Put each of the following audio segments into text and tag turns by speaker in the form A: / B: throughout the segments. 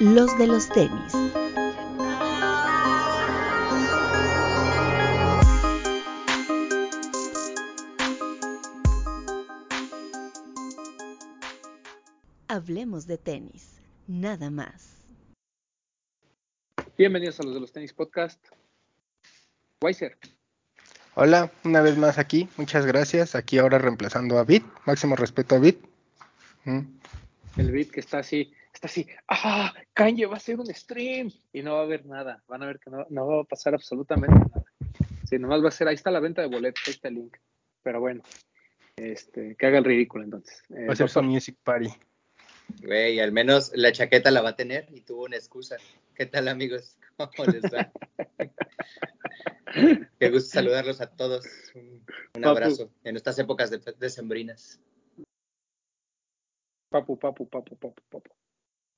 A: Los de los tenis. Hablemos de tenis, nada más.
B: Bienvenidos a los de los tenis podcast. Weiser,
C: Hola, una vez más aquí, muchas gracias. Aquí ahora reemplazando a Bit, máximo respeto a Bit. Mm,
B: Eh, el beat que está así, está así, ¡ah! Kanye va a hacer un stream y no va a haber nada. Van a ver que no, no va a pasar absolutamente nada. Sí, nomás va a ser, ahí está la venta de boletos, ahí está el link. Pero bueno, este, que haga el ridículo entonces. Eh,
C: Va a ser su
B: doctor,
C: Music Party.
D: Güey, al menos la chaqueta la va a tener y tuvo una excusa. ¿Qué tal, amigos? ¿Cómo les va? Qué gusto saludarlos a todos. Un, un
B: Papu.
D: abrazo en estas épocas de, decembrinas.
B: papu, papu, papu, papu, papu.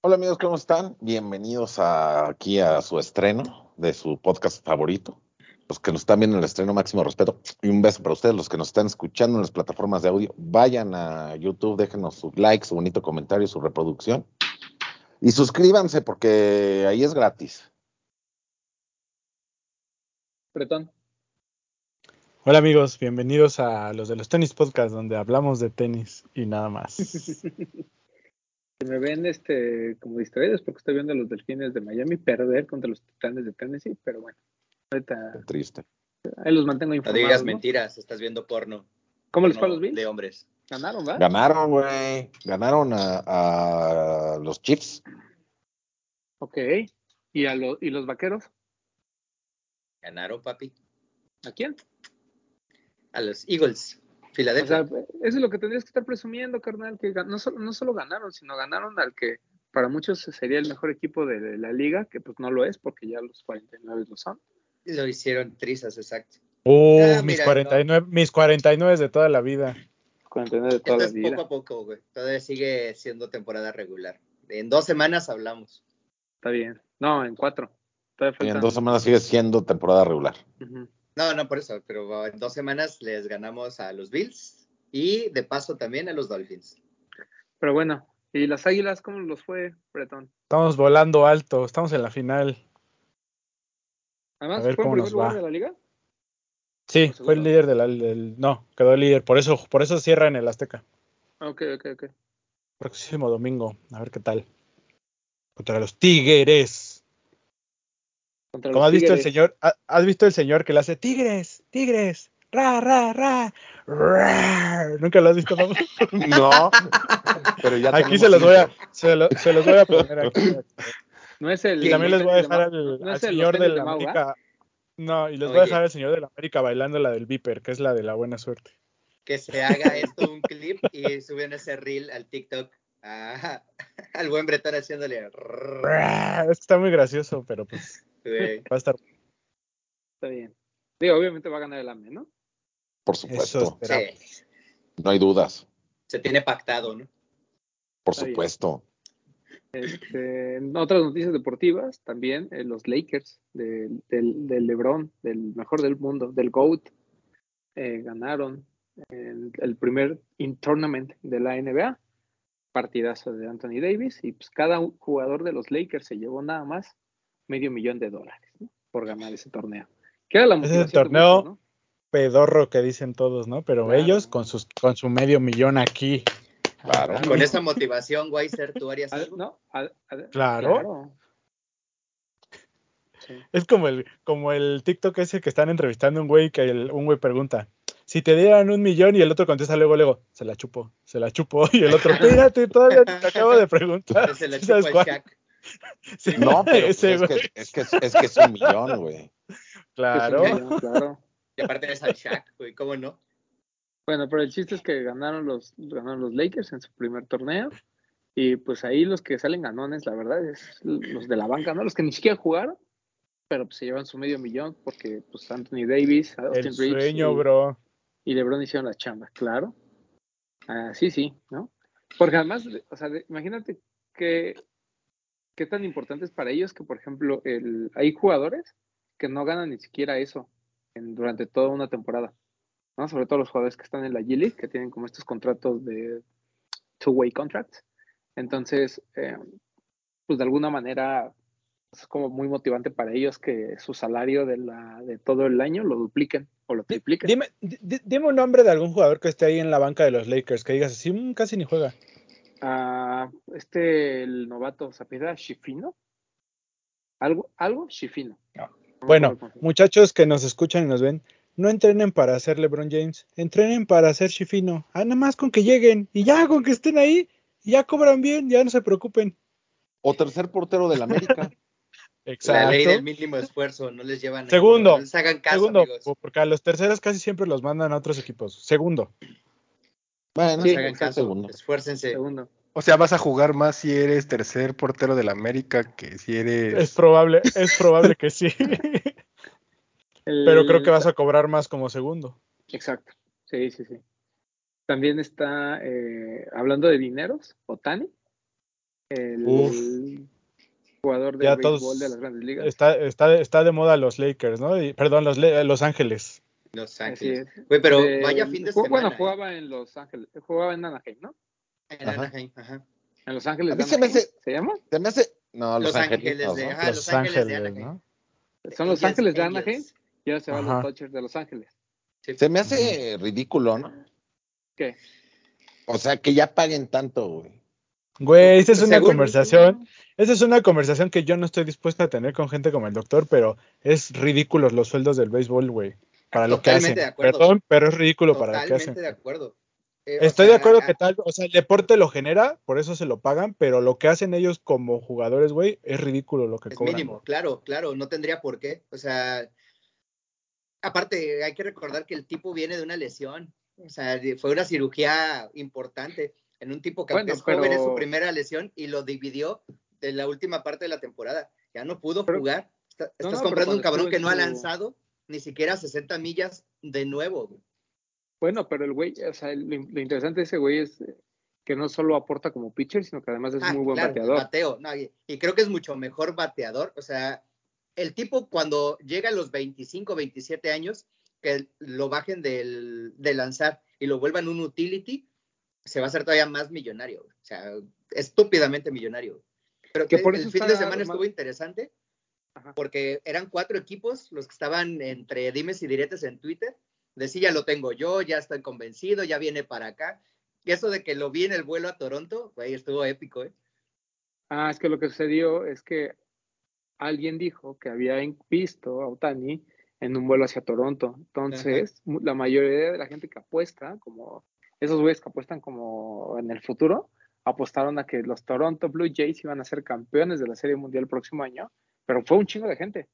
E: Hola amigos, ¿cómo están? Bienvenidos a- aquí a su estreno de su podcast favorito. Los que nos están viendo en el estreno, máximo respeto. Y un beso para ustedes, los que nos están escuchando en las plataformas de audio. Vayan a YouTube, déjenos su like, su bonito comentario, su reproducción. Y suscríbanse porque ahí es gratis.
B: Bretón,
F: Hola amigos, bienvenidos a los de los tenis podcast donde hablamos de tenis y nada más.
B: si me ven este, como distraídos porque estoy viendo a los delfines de Miami perder contra los titanes de Tennessee, pero bueno, ahorita,
E: Qué triste.
B: ahí los mantengo
D: No
B: informados.
D: digas
B: ¿no?
D: mentiras, estás viendo porno.
B: ¿Cómo les fue a
D: No,
B: los Bills?
D: de hombres.
B: Ganaron, ¿va?
E: Ganaron, güey. Ganaron a, a los Chiefs.
B: Ok. ¿Y, a lo- ¿Y los vaqueros?
D: Ganaron, papi.
B: ¿A quién?
D: A los Eagles.
B: O sea,
D: Filadelfia.
B: eso es lo que tendrías que estar presumiendo, carnal, que gan- no solo, no solo ganaron, sino ganaron al que para muchos sería el mejor equipo de la liga, que pues no lo es porque ya los 49 lo son.
D: Lo hicieron trizas, exacto.
F: Uh,
D: Ah,
F: mis,
D: mira,
F: 49, mis 49 de toda la vida.
B: 49 de toda
D: Esto
B: la
D: Este es poco
B: vida.
D: a poco, güey. Todavía sigue siendo temporada regular. En dos semanas hablamos.
B: Está bien. No, en cuatro. Todavía
E: Y
B: faltan.
E: en dos semanas sigue siendo temporada regular.
B: Ujú.
D: No, no por eso, pero en dos semanas les ganamos a los Bills y de paso también a los Dolphins.
B: Pero bueno, ¿y las águilas cómo los fue, Bretón?
F: Estamos volando alto, estamos en la final.
B: Además,
F: A ver
B: ¿fue en
F: cómo
B: primer
F: nos
B: lugar
F: va.
B: de la liga?
F: Sí,
B: Seguro.
F: fue el líder de la, del- no, quedó líder, por eso por eso cierra en el Azteca.
B: Ok, ok, ok.
F: Próximo domingo, a ver qué tal. Contra los Tigres.
B: Contra
F: ¿Cómo
B: los
F: has visto el
B: Tigres.
F: señor? ha- ¿Has visto el señor que le hace Tigres, Tigres? Ra, ra, ra, ra"? Nunca lo has visto, Pablo?
E: No. Pero ya
F: Aquí
E: tenemos
F: se los voy a,
E: tiempo.
F: se lo- se los voy a poner aquí.
B: No es el.
F: Y también les voy a
B: el de
F: dejar
B: Ma-
F: al,
B: no
F: al
B: es el
F: señor
B: hotel
F: de la
B: Mau, ¿va?
F: América. No, y les voy
D: Oye.
F: a dejar al señor de la América bailando la del Viper, que es la de la buena suerte.
D: Que se haga esto un clip y suben ese reel al TikTok ah, al buen Bretón haciéndole. rrrr,
F: Es que Está muy gracioso, pero pues
D: güey.
F: va a estar.
B: Está bien. Digo, obviamente va a ganar el AME, ¿no?
E: Por supuesto.
F: Eso espera.
D: Sí,
E: No hay dudas.
D: se tiene pactado, ¿no?
E: Por
B: Está bien.
E: supuesto.
B: Este, en otras noticias deportivas también, eh, los Lakers del, del, del LeBron, del mejor del mundo, del GOAT, eh, ganaron el, el primer in-tournament de la NBA. Partidazo de Anthony Davis y pues cada un- jugador de los Lakers se llevó nada más medio millón de dólares ¿no? por ganar ese torneo. Que era la
F: Ese
B: motivación de
F: torneo-
B: muchos, ¿no?
F: Pedorro que dicen todos, ¿no? Pero
B: Claro.
F: ellos con sus con su medio millón aquí.
E: Claro.
D: ah,
F: Ah,
D: Con esa motivación, Weiser, tú harías
B: Ad-
D: algo.
B: no, ad- ad-
F: Claro. Es como el, como el TikTok ese que están entrevistando a un güey que el- un güey pregunta. Si te dieran un millón y el otro contesta luego, luego, se la chupo, se la chupo. Y el otro, espérate, todavía te acabo de preguntar.
D: Se la
F: ¿Sí
D: chupa
F: sabes
D: al
F: cuál?
D: Shaq.
F: Sí,
E: No, pero pues,
F: ese
E: es,
F: güey,
E: que, es, que, es que es un millón, güey.
F: claro.
B: Es un millón, claro.
D: Y aparte es al Shaq, güey, ¿cómo no?
B: Bueno, pero el chiste es que ganaron los, ganaron los Lakers en su primer torneo. Y pues ahí los que salen ganones, la verdad, es los de la banca, ¿no? Los que ni siquiera jugaron, pero pues se llevan su medio millón porque pues Anthony Davis, Austin
F: El
B: Reeves
F: sueño,
B: y,
F: bro.
B: y LeBron hicieron la chamba, claro. Ah, sí, sí, ¿no? Porque además, o sea, de- imagínate que, qué tan importante es para ellos que, por ejemplo, el, hay jugadores que no ganan ni siquiera eso en- durante toda una temporada, ¿no? Sobre todo los jugadores que están en la G League, que tienen como estos contratos de two-way contracts. Entonces, eh, pues de alguna manera es como muy motivante para ellos que su salario de, la, de todo el año lo dupliquen o lo tripliquen.
F: Dime, di- di- dime un nombre de algún jugador que esté ahí en la banca de los Lakers, que digas así, "Mm, casi ni juega.
B: Ah, este, el novato, ¿se apellida Shifino? ¿Algo? ¿Algo? Shifino.
F: No.
B: me
F: Bueno,
B: acuerdo cómo
F: muchachos que nos escuchan y nos ven, no entrenen para ser LeBron James, entrenen para ser Chifino. Ah, nada más con que lleguen y ya con que estén ahí, ya cobran bien, ya no se preocupen.
E: O tercer portero del América.
D: La ley del mínimo esfuerzo, no les llevan. a-
F: Segundo.
D: No les hagan caso,
F: Segundo,
D: amigos.
F: porque a los terceros casi siempre los mandan a otros equipos. Segundo,
E: Bueno,
D: No
B: Sí,
D: les
E: sí,
D: hagan
E: sí,
D: caso.
E: segundo.
B: se-
D: Esfuércense.
B: Segundo.
C: O sea, vas a jugar más si eres tercer portero del América que si
F: es
C: eres.
F: probable, es probable que sí, pero creo que vas a cobrar más como segundo.
B: Exacto. Sí, sí, sí. También está, eh, hablando de dineros, Otani, el
E: Uf.
B: jugador de
F: Ya
B: béisbol
F: todos-
B: de las grandes ligas.
F: Está, está, está de moda los Lakers, ¿no? Y- perdón, los, Le- los Ángeles.
D: Los
B: Así
D: Ángeles.
B: es.
D: Güey, pero
B: De-
D: vaya fin de
B: ju-
D: semana.
B: Bueno,
D: ¿eh?
B: jugaba en Los Ángeles, jugaba en Anaheim, ¿no?
D: En
E: Ajá.
D: Anaheim, ajá.
B: En Los Ángeles.
E: A mí
B: de
E: se me
B: Anaheim,
E: hace-
B: ¿Se llama?
E: Se me hace. No, Los,
D: Los Ángeles
E: Angelinos,
D: de-
E: ¿no?
D: ajá. Ah, Los Ángeles de Anaheim.
F: ¿no?
B: Son Los
D: Angels,
B: Ángeles de
D: Angels.
B: Anaheim y ahora se van
F: Ajá.
B: los Dodgers de Los Ángeles.
D: Sí.
E: Se me hace ridículo, ¿no?
B: ¿Qué?
E: O sea, que ya paguen tanto, güey.
F: Güey, esa es una
D: Según-
F: conversación. Esa es una conversación que yo no estoy dispuesta a tener con gente como el doctor, pero es ridículos los sueldos del béisbol, güey. Para lo que
D: Totalmente
F: hacen.
D: de acuerdo.
F: Perdón, pero es ridículo para lo que
D: Totalmente
F: hacen.
D: de acuerdo. Eh, o
F: Estoy de
D: sea,
F: acuerdo
D: a-
F: que tal, o sea, el deporte lo genera, por eso se lo pagan, pero lo que hacen ellos como jugadores, güey, es ridículo lo que
D: Es
F: cobran.
D: mínimo, claro, claro, no tendría por qué. O sea, aparte hay que recordar que el tipo viene de una lesión. O sea, de- fue una cirugía importante en un tipo que
B: Bueno,
D: es joven,
B: pero-
D: es su primera lesión y lo dividió de la última parte de la temporada. Ya no pudo
B: Pero-
D: jugar. Está- estás
B: no, pero
D: comprando un
B: cuando
D: cabrón
B: estuvo
D: que
B: en
D: no ha
B: su-
D: lanzado ni siquiera 60 millas de nuevo. güey.
B: Bueno, pero el güey, o sea, el- lo, lo interesante de ese güey es eh, que no solo aporta como pitcher, sino que además es
D: Ah,
B: muy buen
D: claro,
B: bateador.
D: bateo, no, y, y creo que es mucho mejor bateador. O sea, el tipo cuando llega a los 25, 27 años, que lo bajen del, de lanzar y lo vuelvan un utility, se va a hacer todavía más millonario. O sea, estúpidamente millonario. Pero
B: Que
D: que
B: por
D: el
B: eso
D: fin de
B: está
D: semana
B: mal-
D: estuvo interesante
B: Ajá.
D: porque eran cuatro equipos los que estaban entre dimes y diretes en Twitter. Decía, ya lo tengo yo, ya estoy convencido, ya viene para acá. Y eso de que lo vi en el vuelo a Toronto, güey, estuvo épico, ¿eh?
B: Ah, es que lo que sucedió es que alguien dijo que había en- visto a Otani en un vuelo hacia Toronto. Entonces, mu- la mayoría de la gente que apuesta, como esos güeyes que apuestan como en el futuro, apostaron a que los Toronto Blue Jays iban a ser campeones de la Serie Mundial el próximo año, pero fue un chingo de gente.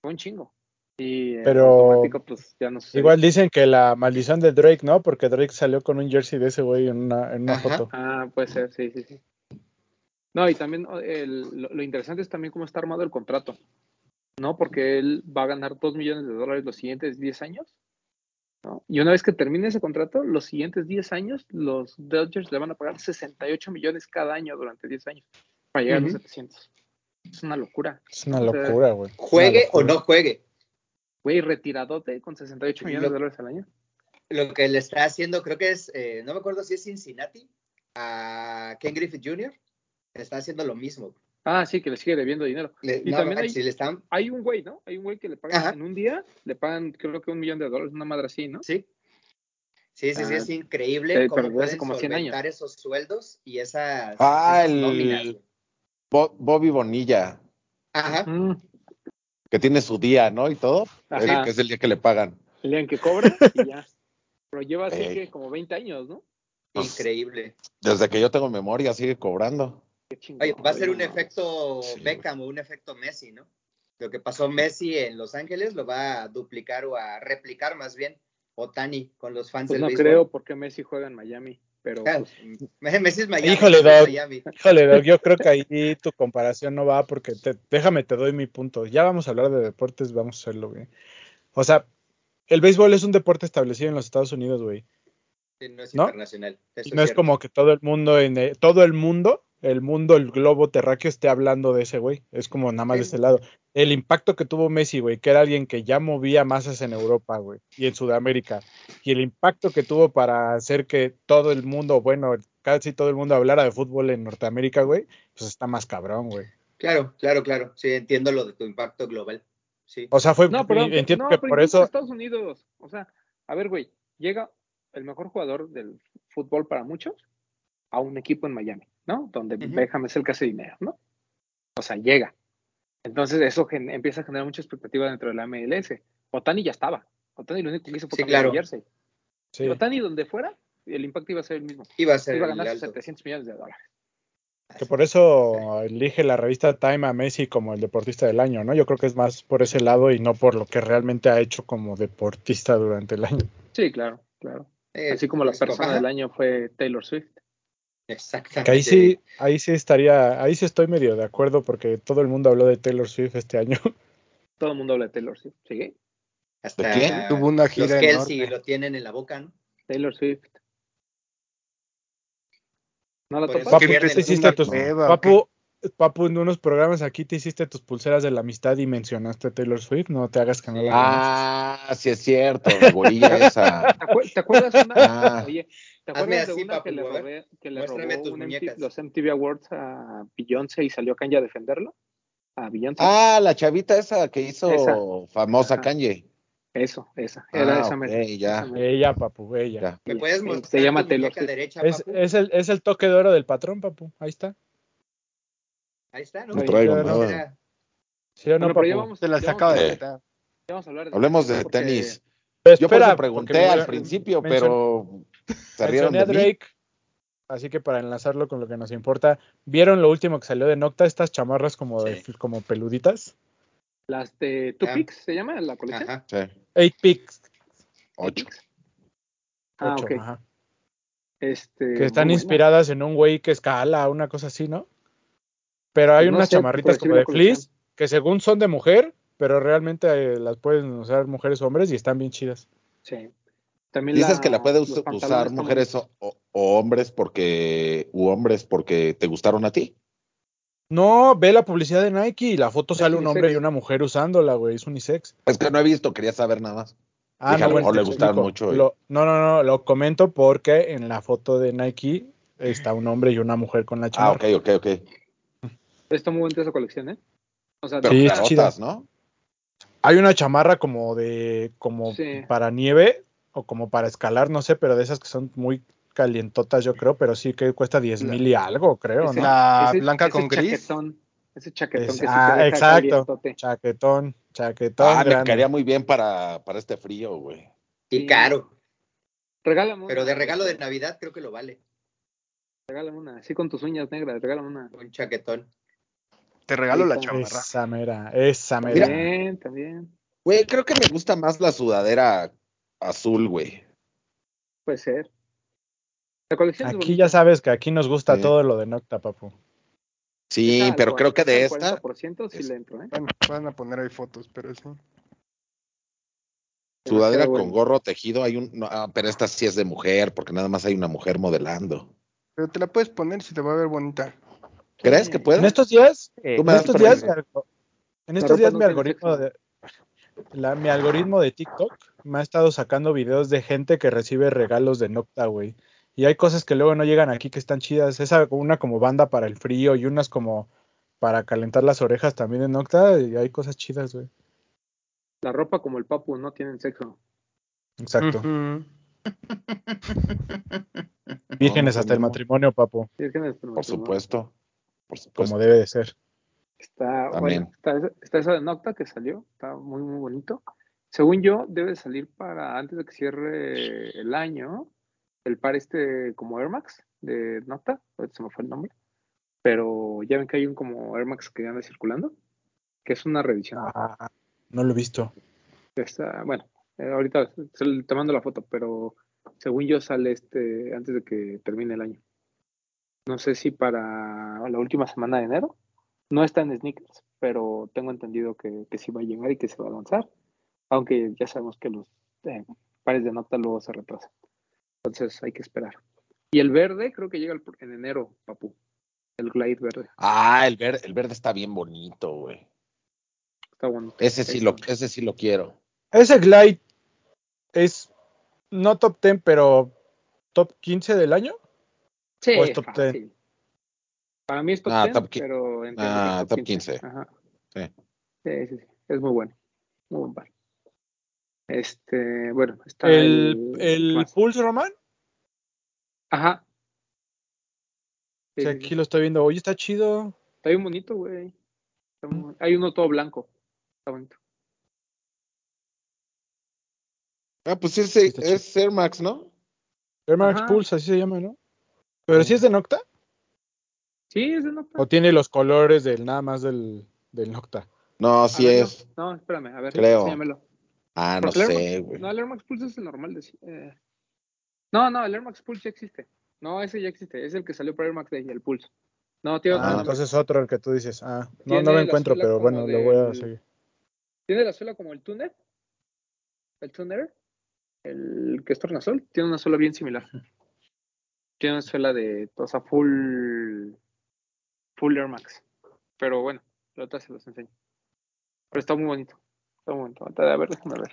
B: Fue un chingo. Y eh,
F: Pero-
B: automático, pues ya no sucedió.
F: Igual dicen que la maldición de Drake, ¿no? Porque Drake salió con un jersey de ese güey en una, en una
D: Ajá.
F: foto.
B: Ah, puede ser, sí, sí, sí. No, y también o, el- lo, lo interesante es también cómo está armado el contrato, ¿no? Porque él va a ganar 2 millones de dólares los siguientes 10 años, ¿no? Y una vez que termine ese contrato, los siguientes 10 años, los Dodgers le van a pagar 68 millones cada año durante 10 años para llegar a
D: Ujú.
B: los 700. Es una locura.
F: Es una
B: O sea,
F: locura, güey.
D: Juegue o
F: Una locura.
D: no juegue.
B: Güey, retiradote con 68 millones de dólares al año.
D: Lo que le está haciendo, creo que es, eh, no me acuerdo si es Cincinnati, a Ken Griffith Jr., le está haciendo lo mismo.
B: Ah, sí, que le sigue debiendo dinero.
D: Le-
B: Y
D: no,
B: también
D: man,
B: hay-
D: si le están,
B: Hay un güey, ¿no? Hay un güey que le pagan
D: Ajá.
B: en un día, le pagan creo que un millón de dólares, una madre así, ¿no?
D: sí. Sí, sí, sí,
B: Ah.
D: es
B: Sí,
D: increíble
B: pero
D: cómo
B: desde
D: pueden
B: hace como 100
D: solventar esos sueldos y esas,
E: Ah,
D: esas
E: el-
D: nóminas. güey.
E: Bo- Bobby Bonilla,
D: Ajá.
B: Mm.
E: que tiene su día, ¿no? Y todo.
B: Ajá.
E: el que es el día que le pagan.
B: El día en que cobra y ya. Pero lleva así
E: Ey.
B: que como 20 años, ¿no?
E: Pues-
D: Increíble.
E: Desde que yo tengo memoria, sigue cobrando.
B: Qué chingón,
D: Oye, va a ser
B: güey,
D: un
B: no
D: efecto
E: Sí, güey.
D: Beckham o un efecto Messi, ¿no? Lo que pasó Messi en Los Ángeles lo va a duplicar o a replicar más bien Otani con los
B: mames. Pues
D: fans del
B: no
D: béisbol.
B: creo porque Messi juega en Miami, pero
D: Claro,
B: pues,
D: Me- Messi es Miami.
F: Híjole,
D: Messi es
F: Doc.
D: Miami.
F: Híjole, Doc, yo creo que ahí tu comparación no va porque te- déjame, te doy mi punto. Ya vamos a hablar de deportes, vamos a hacerlo, güey. O sea, el béisbol es un deporte establecido en los Estados Unidos, güey.
D: Sí, No es
F: ¿No?
D: internacional. eso
F: No es
D: cierto.
F: como que todo el mundo, en el- todo el mundo, el mundo, el globo terráqueo esté hablando de ese güey. Es como nada más de
D: Sí.
F: ese lado. El impacto que tuvo Messi, güey, que era alguien que ya movía masas en Europa, güey, y en Sudamérica. Y el impacto que tuvo para hacer que todo el mundo, bueno, casi todo el mundo hablara de fútbol en Norteamérica, güey, pues está más cabrón, güey.
D: Claro, claro, claro. Sí, entiendo lo de tu impacto global. Sí.
F: O sea, fue,
B: No, pero,
F: entiendo
B: no,
F: que
B: pero
F: por
B: incluso
F: eso,
B: Estados Unidos, o sea, a ver, güey, llega el mejor jugador del fútbol para muchos a un equipo en Miami, ¿no? Donde
D: Ujú.
B: Beckham es el caso de dinero, ¿no? O sea, llega. Entonces eso gen- empieza a generar mucha expectativa dentro de la MLS. Otani ya estaba. Otani lo único que hizo fue
D: Sí,
B: cambiar
D: claro.
B: el jersey.
F: sí.
B: Otani donde fuera, el impacto iba a ser el mismo.
D: Iba a ser
B: Iba a
D: el
B: ganar sus
D: alto.
B: 700 millones de dólares.
F: Que por eso elige la revista Time a Messi como el deportista del año, ¿no? Yo creo que es más por ese lado y no por lo que realmente ha hecho como deportista durante el año.
B: Sí, claro, claro.
D: Eh,
B: Así como la persona
D: Ajá.
B: del año fue Taylor Swift.
D: Exactamente.
F: Que ahí sí, ahí sí estaría, ahí sí estoy medio de acuerdo porque todo el mundo habló de Taylor Swift este año.
D: Pues
B: Todo el mundo habla de Taylor Swift. ¿Sí?
D: Hasta
E: ¿De quién?
C: Tuvo una gira
D: Los Kelsey
C: enorme.
D: lo tienen en la boca, ¿no?
B: Taylor Swift. ¿No la
D: Por eso
B: topas?
F: Papu,
D: que
F: tú
D: pierden
F: te
D: los
F: hiciste
C: Una
F: tus,
C: cueva, ¿o qué?
F: Papu, Papu, en unos programas aquí te hiciste tus pulseras de la amistad y mencionaste a Taylor Swift, no te hagas que no la conoces.
E: Ah, sí es cierto, la gorilla esa.
B: ¿Te acuer- ¿Te acuerdas una?
E: Ah.
B: Oye, ¿te
D: Hazme
B: acuerdas de
D: así,
B: una
D: papu,
B: que le
D: a ver.
B: robé, que le
D: Muéstrame
B: robó
D: tus
B: un MT
D: muñecas.
B: los MTV Awards a Beyoncé y salió Kanye a defenderlo? A Beyoncé.
E: Ah, la chavita esa que hizo
B: Esa.
E: famosa
B: Ajá.
E: Kanye.
B: Eso, esa. Era
E: Ah,
B: esa
E: ok,
B: mesa.
E: ya,
B: Esa mesa.
F: Ella, Papu, ella.
E: ya.
D: ¿Me puedes
B: Sí,
D: mostrar
B: se llama
D: tu
B: Taylor
D: muñeca
B: Swift.
D: derecha,
F: Es,
D: papu?
F: es el, es el toque de oro del patrón, Papu. Ahí está.
D: Ahí está, ¿no?
E: No traigo
F: Oye,
E: nada.
D: Era-
F: ¿Sí o no,
B: Bueno, pero ya
F: Papu?
B: vamos,
C: Se las
B: ya vamos
C: acaba
B: a
C: de
E: Eh.
B: hablar-
C: quitar.
B: ya vamos a hablar de
E: Hablemos
B: tenis,
E: de
B: porque-
E: tenis. Yo por
F: Espera,
E: eso
F: porque
E: pregunté
F: me-
E: al principio,
F: mencion-
E: pero se rieron
F: Mencioné
E: de
F: a
E: mí.
F: Drake, así que para enlazarlo con lo que nos importa, ¿vieron lo último que salió de Nocta? Estas chamarras como, de-
D: Sí.
F: como peluditas.
B: Las de Two
D: Ah.
B: Peaks, ¿se llama la colección?
D: Ajá.
E: Sí,
F: Eight Picks.
E: ocho.
B: Ah,
F: ocho,
B: ok.
F: ajá.
B: Este,
F: Que están
B: muy buena.
F: inspiradas en un güey que escala, una cosa así, ¿no? Pero hay
B: Pues No
F: unas
B: sé,
F: chamarritas
B: pero sí vi
F: como
B: la
F: de fleece que según son de mujer, pero realmente eh, las pueden usar mujeres o hombres y están bien chidas.
B: Sí. También
E: Dices
B: la-
E: que la puede us-
B: los pantalones
E: usar
B: están
E: mujeres o, o hombres porque u hombres porque te gustaron a ti.
F: No, ve la publicidad de Nike y la foto
B: Es
F: sale un
B: unisex.
F: hombre y una mujer usándola, güey, es unisex.
E: Es que no he visto, quería saber nada más.
F: Ah,
E: Dije, a
F: no,
E: lo
F: bueno,
E: mejor
F: te
E: le gustaron
F: explico.
E: mucho, eh.
F: Lo- no, no, no, lo comento porque en la foto de Nike está un hombre y una mujer con la
E: Ah,
F: chamarra.
E: ok, ok, ok.
B: Está muy bonita esa colección, ¿eh? O sea,
E: Pero
F: Sí,
B: de-
F: está chida.
E: carotas, ¿no?
F: Hay una chamarra como de, como
B: Sí.
F: para nieve o como para escalar, no sé, pero de esas que son muy calientotas, yo creo, pero sí que cuesta 10
C: La-
F: mil y algo, creo,
B: ese-
F: ¿no?
E: Ah,
C: La blanca con gris.
B: Chaquetón, ese chaquetón
F: Es-
B: que sí
F: ah,
B: te deja
F: exacto.
B: calientote.
F: Chaquetón, chaquetón
E: Ah, me
F: grande.
E: quedaría muy bien para, para este frío, güey.
D: Y caro.
B: Regálame una.
D: Pero de regalo de Navidad creo que lo vale.
B: Regálame una. Así con tus uñas negras, regálame una.
D: Un chaquetón.
C: Te regalo la
B: Ahí está.
C: chamarra.
F: Esa mera, esa mera.
B: También, también.
E: Güey, creo que me gusta más la sudadera azul, güey.
B: Puede ser. La colección es
F: Aquí
B: bonita.
F: ya sabes que aquí nos gusta
E: Sí.
F: todo lo de Nocta, papu.
E: Sí,
B: Está al
E: pero creo que de
B: al
E: esta
B: 40% sí
E: es-
B: le entro, ¿eh?
C: Bueno, van a poner ahí fotos, pero sí.
E: sudadera
B: Demasiado
E: con
B: bueno.
E: gorro tejido hay un, no, ah, pero esta sí es de mujer porque nada más hay una mujer modelando.
C: Pero te la puedes poner si te va a ver bonita.
E: ¿Crees que pueda?
F: En estos días, eh,
E: Tú me
F: en
E: das
F: estos
E: permiso.
F: días, mi algo- en
B: La
F: estos
B: ropa
F: días
B: no
F: mi
B: tiene
F: algoritmo
B: sexo.
F: de la- mi algoritmo de TikTok me ha estado sacando videos de gente que recibe regalos de Nocta, güey. Y hay cosas que luego no llegan aquí que están chidas. Esa una como banda para el frío y unas como para calentar las orejas también de Nocta. Y hay cosas chidas, güey.
B: La ropa como el papu no tienen sexo.
F: Exacto.
C: Ujú.
F: Vírgenes
E: No, no
F: hasta el
E: tenemos.
F: matrimonio, papo,
B: Sí, es que no es
E: Por
B: promoción, ¿no?
E: supuesto. Por supuesto.
F: como debe de ser.
B: Está,
E: También.
B: bueno, está, esa- está esa de Nocta que salió, está muy, muy bonito. Según yo, debe salir para antes de que cierre el año, el par este como Air Max de Nocta, ahorita se me fue el nombre, pero ya ven que hay un como Air Max que anda circulando, que es una revisión.
F: Ah, no lo he visto.
B: Está- bueno, eh, ahorita se- te mando la foto, pero según yo sale este antes de que termine el año. No sé si para la última semana de enero. No está en sneakers, pero tengo entendido que, que sí va a llegar y que se va a lanzar. Aunque ya sabemos que los eh, pares de nota luego se retrasan. Entonces hay que esperar. Y el verde creo que llega el pr- en enero, papu. El Glide verde.
E: Ah, el verde, el verde está bien bonito, güey.
B: Está bueno.
E: Ese sí lo, ese sí lo quiero.
F: Ese Glide es no top 10, pero top 15 del año.
B: Sí,
F: O es top
B: fácil. Para mí es top
E: Ah,
B: 10,
E: top qui-
B: pero entiendo que
E: ah,
B: es
E: top 15.
B: Ajá.
E: Sí.
B: Sí, sí, sí. Es muy bueno. Muy buen par. Este, bueno, está
F: El,
B: el. ¿qué
F: el
B: más?
F: Pulse Roman,
B: Ajá. Sí,
F: que
B: sí, sí.
F: aquí lo estoy viendo. Oye, está chido.
B: Está bien bonito, güey. Está muy bonito. Hay uno todo blanco. Está bonito.
E: Ah, pues sí, es,
F: Está chido.
E: es Air Max, ¿no?
F: Air Max
B: Ajá.
F: Pulse, así se llama, ¿no? Pero si es de Nocta
B: Sí, ese no
E: Oh,
B: está.
F: o tiene los colores del nada más del, del Nocta.
E: Ah, No,
B: A
E: sí
B: ver,
E: es.
B: No, no, espérame, a ver,
E: Creo.
B: enséñamelo.
E: Ah, no
B: Porque el Air
E: sé, güey.
B: No, el Air Max Pulse es el normal. de- eh, No, no, el Air Max Pulse ya existe. No, ese ya existe. Es el que salió para Air Max Day, el Pulse. No, tiene otro
F: Ah,
B: nombre.
F: entonces otro el que tú dices. Ah, no,
B: Tiene
F: no lo
B: la
F: encuentro,
B: suela
F: pero
B: como
F: bueno, lo voy a
B: del-
F: seguir.
B: Tiene la suela como el Tuner. El Tuner. El que es tornasol. Tiene una suela bien similar. Tiene una suela de, o sea, full, full Air Max. Pero bueno, la otra se los enseño. Pero está muy bonito. Está muy bonito. Ahorita, A ver, déjame ver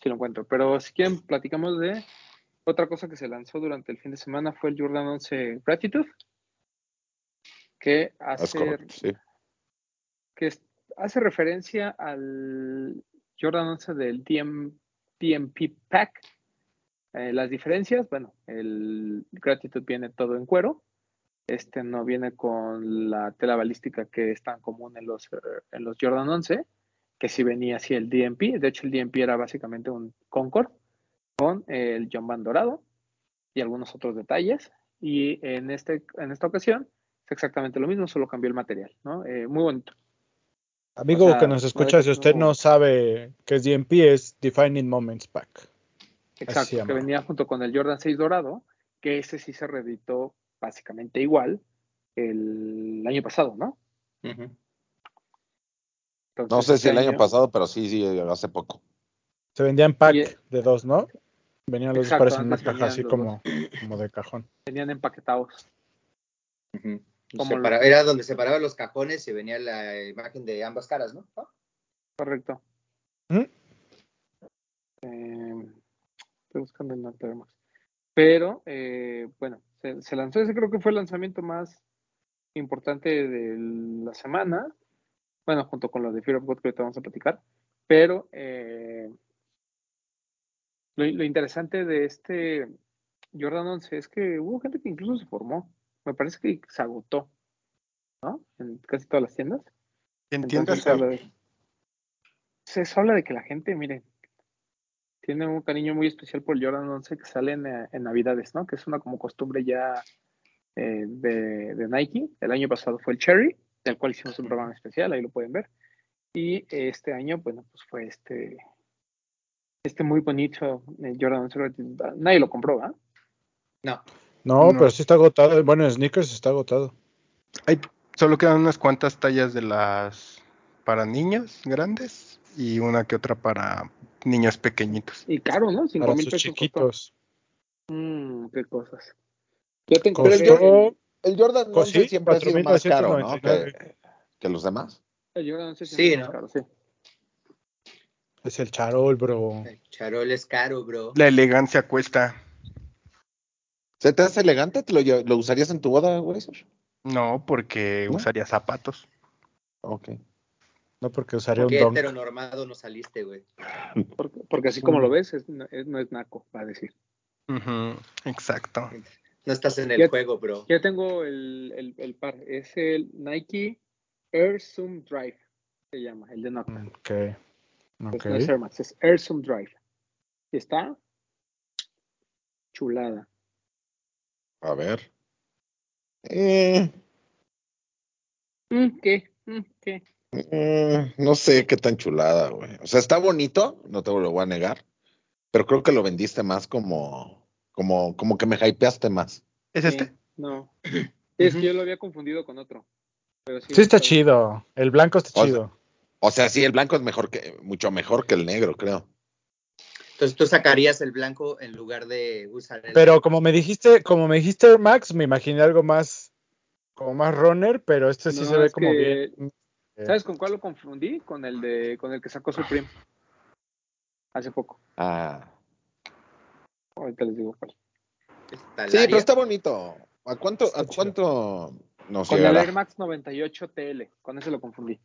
B: si lo encuentro. Pero si quieren, platicamos de otra cosa que se lanzó durante el fin de semana. Fue el Jordan 11 Gratitude. Que
E: Es
B: hace
E: correcto, sí.
B: que es- hace referencia al Jordan 11 del DM, DMP Pack. Eh, las diferencias, bueno, el Gratitude viene todo en cuero. Este no viene con la tela balística que es tan común en los, eh, en los Jordan 11, que sí venía así el DMP. De hecho, el DMP era básicamente un Concord con el John Van dorado y algunos otros detalles. Y en, este, en esta ocasión es exactamente lo mismo, solo cambió el material, ¿no? Eh, muy bonito.
F: Amigo
B: o sea,
F: que nos
B: no
F: escucha,
B: dejes-
F: si usted
B: no-
F: no sabe qué es DMP, es Defining Moments Pack. Así se
B: Exacto, que
F: llama.
B: venía junto con el Jordan 6 dorado, que ese sí se reeditó básicamente igual el año pasado, ¿no? Entonces,
E: No sé si
B: este
E: el año pasado, pero sí, sí, hace poco.
F: Se vendían pack
B: Y-
F: de dos, ¿no? Venían los
B: Exacto,
F: disparos en una
B: antes
F: caja
B: venían
F: así
B: los
F: como, como de cajón.
B: Venían empaquetados. Como
D: Se
B: lo-
D: para- era donde separaban los cajones y venía la imagen de ambas caras, ¿no? ¿No?
B: Correcto.
F: ¿Mm?
B: Eh, estoy buscando el Norte Air Max. Pero, eh, bueno, se, se lanzó. Ese creo que fue el lanzamiento más importante de la semana. Bueno, junto con los de Fear of God que ahorita vamos a platicar. Pero eh, lo, lo interesante de este Jordan 11 es que hubo gente que incluso se formó. Me parece que se agotó, ¿no? En casi todas las tiendas.
C: Entiendes,
B: Entonces, se habla de- se- eso habla de que la gente, miren, tiene un cariño muy especial por el Jordan 11 que sale en, eh, en Navidades, ¿no? Que es una como costumbre ya eh, de, de Nike. El año pasado fue el Cherry, del cual hicimos un programa especial, ahí lo pueden ver. Y este año, bueno, pues fue este, este muy bonito eh, Jordan 11. Gratitude. Nadie lo compró, ¿ah? ¿verdad?
D: No.
F: No,
C: No.
F: pero sí está agotado. Bueno, en sneakers está agotado.
C: Hay- solo quedan unas cuantas tallas de las para niños grandes y una que otra para niños pequeñitos.
B: Y caro, ¿no? 5
F: Para
B: mil
F: sus
B: pesos costó.
F: chiquitos.
B: Mm, qué cosas. Yo te
E: Pero el Jordan-
F: Costó
E: El Jordan
F: Pues
E: 11
F: sí,
E: siempre ha sido más caro, ¿no?
F: 4,999.
E: Que, que los demás.
B: el Jordan 11
D: Sí,
B: siempre es
D: ¿no?
B: caro, sí.
F: es el charol, bro.
D: El charol es caro, bro.
C: La elegancia cuesta.
E: ¿Se te hace elegante? ¿Te lo, lle- lo usarías en tu boda, güey? Sir?
C: No, porque
E: ¿No?
C: usaría zapatos.
E: Ok.
F: No porque usaría
D: ¿Por
F: un
D: qué
F: donk.
D: heteronormado no saliste, güey?
B: Porque, porque así como
F: Mm.
B: lo ves, es- no, es, no es naco, va a decir.
C: Ujú, exacto.
D: No estás en
B: Ya-
D: el juego, bro.
B: Yo tengo el, el- el par, es el Nike Air Zoom Drive, se llama, el de Nocta.
F: Ok.
B: Pues
F: Mm, Ok.
B: No es Air Max, es Air Zoom Drive. Y está chulada.
E: A ver. Eh,
B: Mm, ¿Qué? Mm, ¿Qué?
E: eh, no sé qué tan chulada, güey. O sea, está bonito, no te lo voy a negar. Pero creo que lo vendiste más como, como, como que me hypeaste más.
C: ¿Es
B: Sí,
C: este?
B: No. Es que
C: Ujú.
B: yo lo había confundido con otro. Pero sí,
F: Sí está
B: bien.
F: chido. El blanco está
E: O sea-
F: chido.
E: O sea, sí, el blanco es mejor que, mucho mejor que el negro, creo.
D: Entonces tú sacarías el blanco en lugar de usar el.
F: Pero como me dijiste, como me dijiste Air Max, me imaginé algo más, como más runner, pero este sí
B: No,
F: se ve
B: es
F: como
B: que-
F: bien. eh,
B: ¿Sabes con cuál lo confundí? Con el de, con el que sacó Supreme hace poco.
E: Ah.
B: Ahorita les digo cuál.
D: Está
E: Sí,
D: Laria.
E: pero está bonito. ¿A cuánto, a cuánto nos
B: Con el
E: llegará?
B: Air Max 98 TL, con ese lo confundí.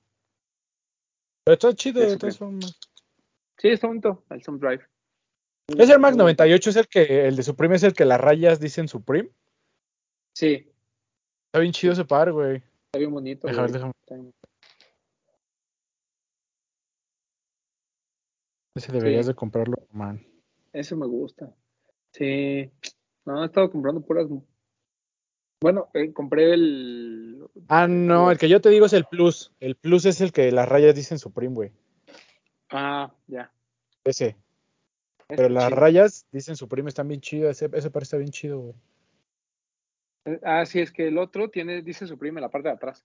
F: Pero está chido,
B: Eso,
F: está
B: ok.
F: su-
B: Sí, está bonito, el Sun Drive.
F: ¿Es el Max 98? ¿Es el que el de Supreme? ¿Es el que las rayas dicen Supreme?
B: Sí, está
F: Está bien chido ese par, güey.
B: bien bonito.
F: Déjame ver,
B: güey.
F: déjame.
B: Está bien-
F: Ese deberías
B: Sí.
F: de comprarlo, man.
B: Ese me gusta. Sí. No, he estado comprando puras. Bueno, eh, compré el.
F: Ah, no, el que yo te digo es el Plus. El Plus es el que las rayas dicen Supreme, güey.
B: Ah, ya.
F: Ese.
B: Este
F: Pero las
B: chido.
F: rayas dicen Supreme, están bien chidas. Ese, ese par está bien chido, güey.
B: Eh, Ah, sí, es que el otro tiene, dice suprime la parte de atrás.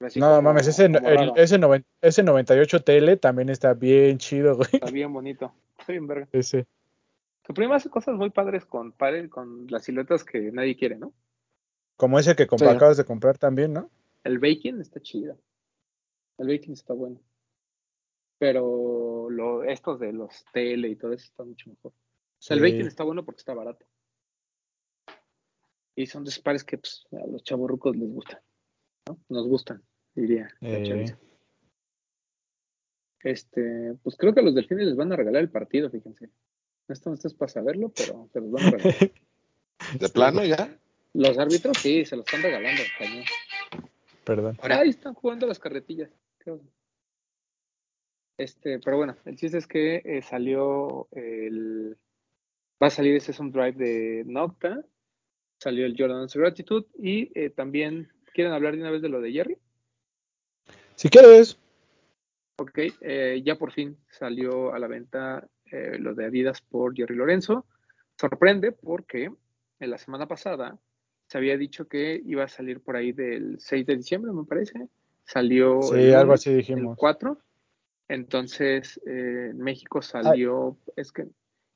B: Así
F: No
B: como-
F: mames, ese,
B: como
F: el-
B: raro.
F: ese, noven- ese 98 TL también está bien chido, güey.
B: Está bien bonito. Está bien verga.
F: Ese.
B: Supreme hace cosas muy padres con pares, con las siluetas que nadie quiere, ¿no?
F: Como ese que comp-
E: Sí.
F: acabas de comprar también, ¿no?
B: El baking está chido. El baking está bueno. Pero lo, estos de los tele y todo eso está mucho mejor. O sea, El
F: Sí.
B: baking está bueno porque está barato. Y son de esos pares que pues, a los chavos rucos les gustan. ¿no? Nos gustan, diría. la
F: Eh.
B: chaviza. Este, pues creo que a los delfines les van a regalar el partido, fíjense. Esto no estás para saberlo, pero se los van a regalar.
E: ¿De plano ya?
B: los árbitros sí, se los están regalando. Cañón.
F: Perdón.
D: Ahora,
B: Ahí están jugando las carretillas. creo. Este, pero bueno, el chiste es que eh, salió el. Va a salir ese Sun Drive de Nocta. Salió el Jordan's Gratitude. Y eh, también, ¿quieren hablar de una vez de lo de Jerry?
F: Si quieres,
B: Ok, eh, ya por fin salió a la venta eh, lo de Adidas por Jerry Lorenzo. Sorprende porque en la semana pasada se había dicho que iba a salir por ahí del 6 de diciembre, me parece. Salió
F: sí,
B: Oh, el
F: algo
B: lunes.
F: así dijimos.
B: el 4. Entonces, eh, México salió, es que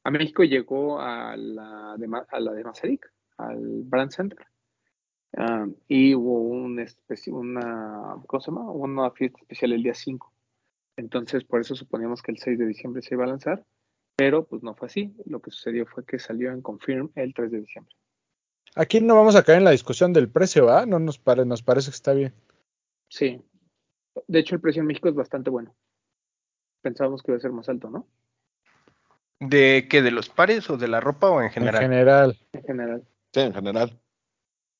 B: a México llegó a la de, Ma- a la de Mazarik, al Brand Center. Ah, y hubo un especi- una, ¿cómo se llama? Una fiesta especial el día 5. Entonces, por eso suponíamos que el 6 de diciembre se iba a lanzar, pero pues no fue así. Lo que sucedió fue que salió en Confirm el 3 de diciembre.
F: Aquí no vamos a caer en la discusión del precio, ¿va? No nos, pare- nos parece que está bien.
B: Sí. De hecho, el precio en México es bastante bueno. Pensábamos que iba a ser más alto, ¿no?
C: ¿De qué? ¿De los pares o de la ropa o en general?
F: En general.
B: En general.
E: Sí, en general.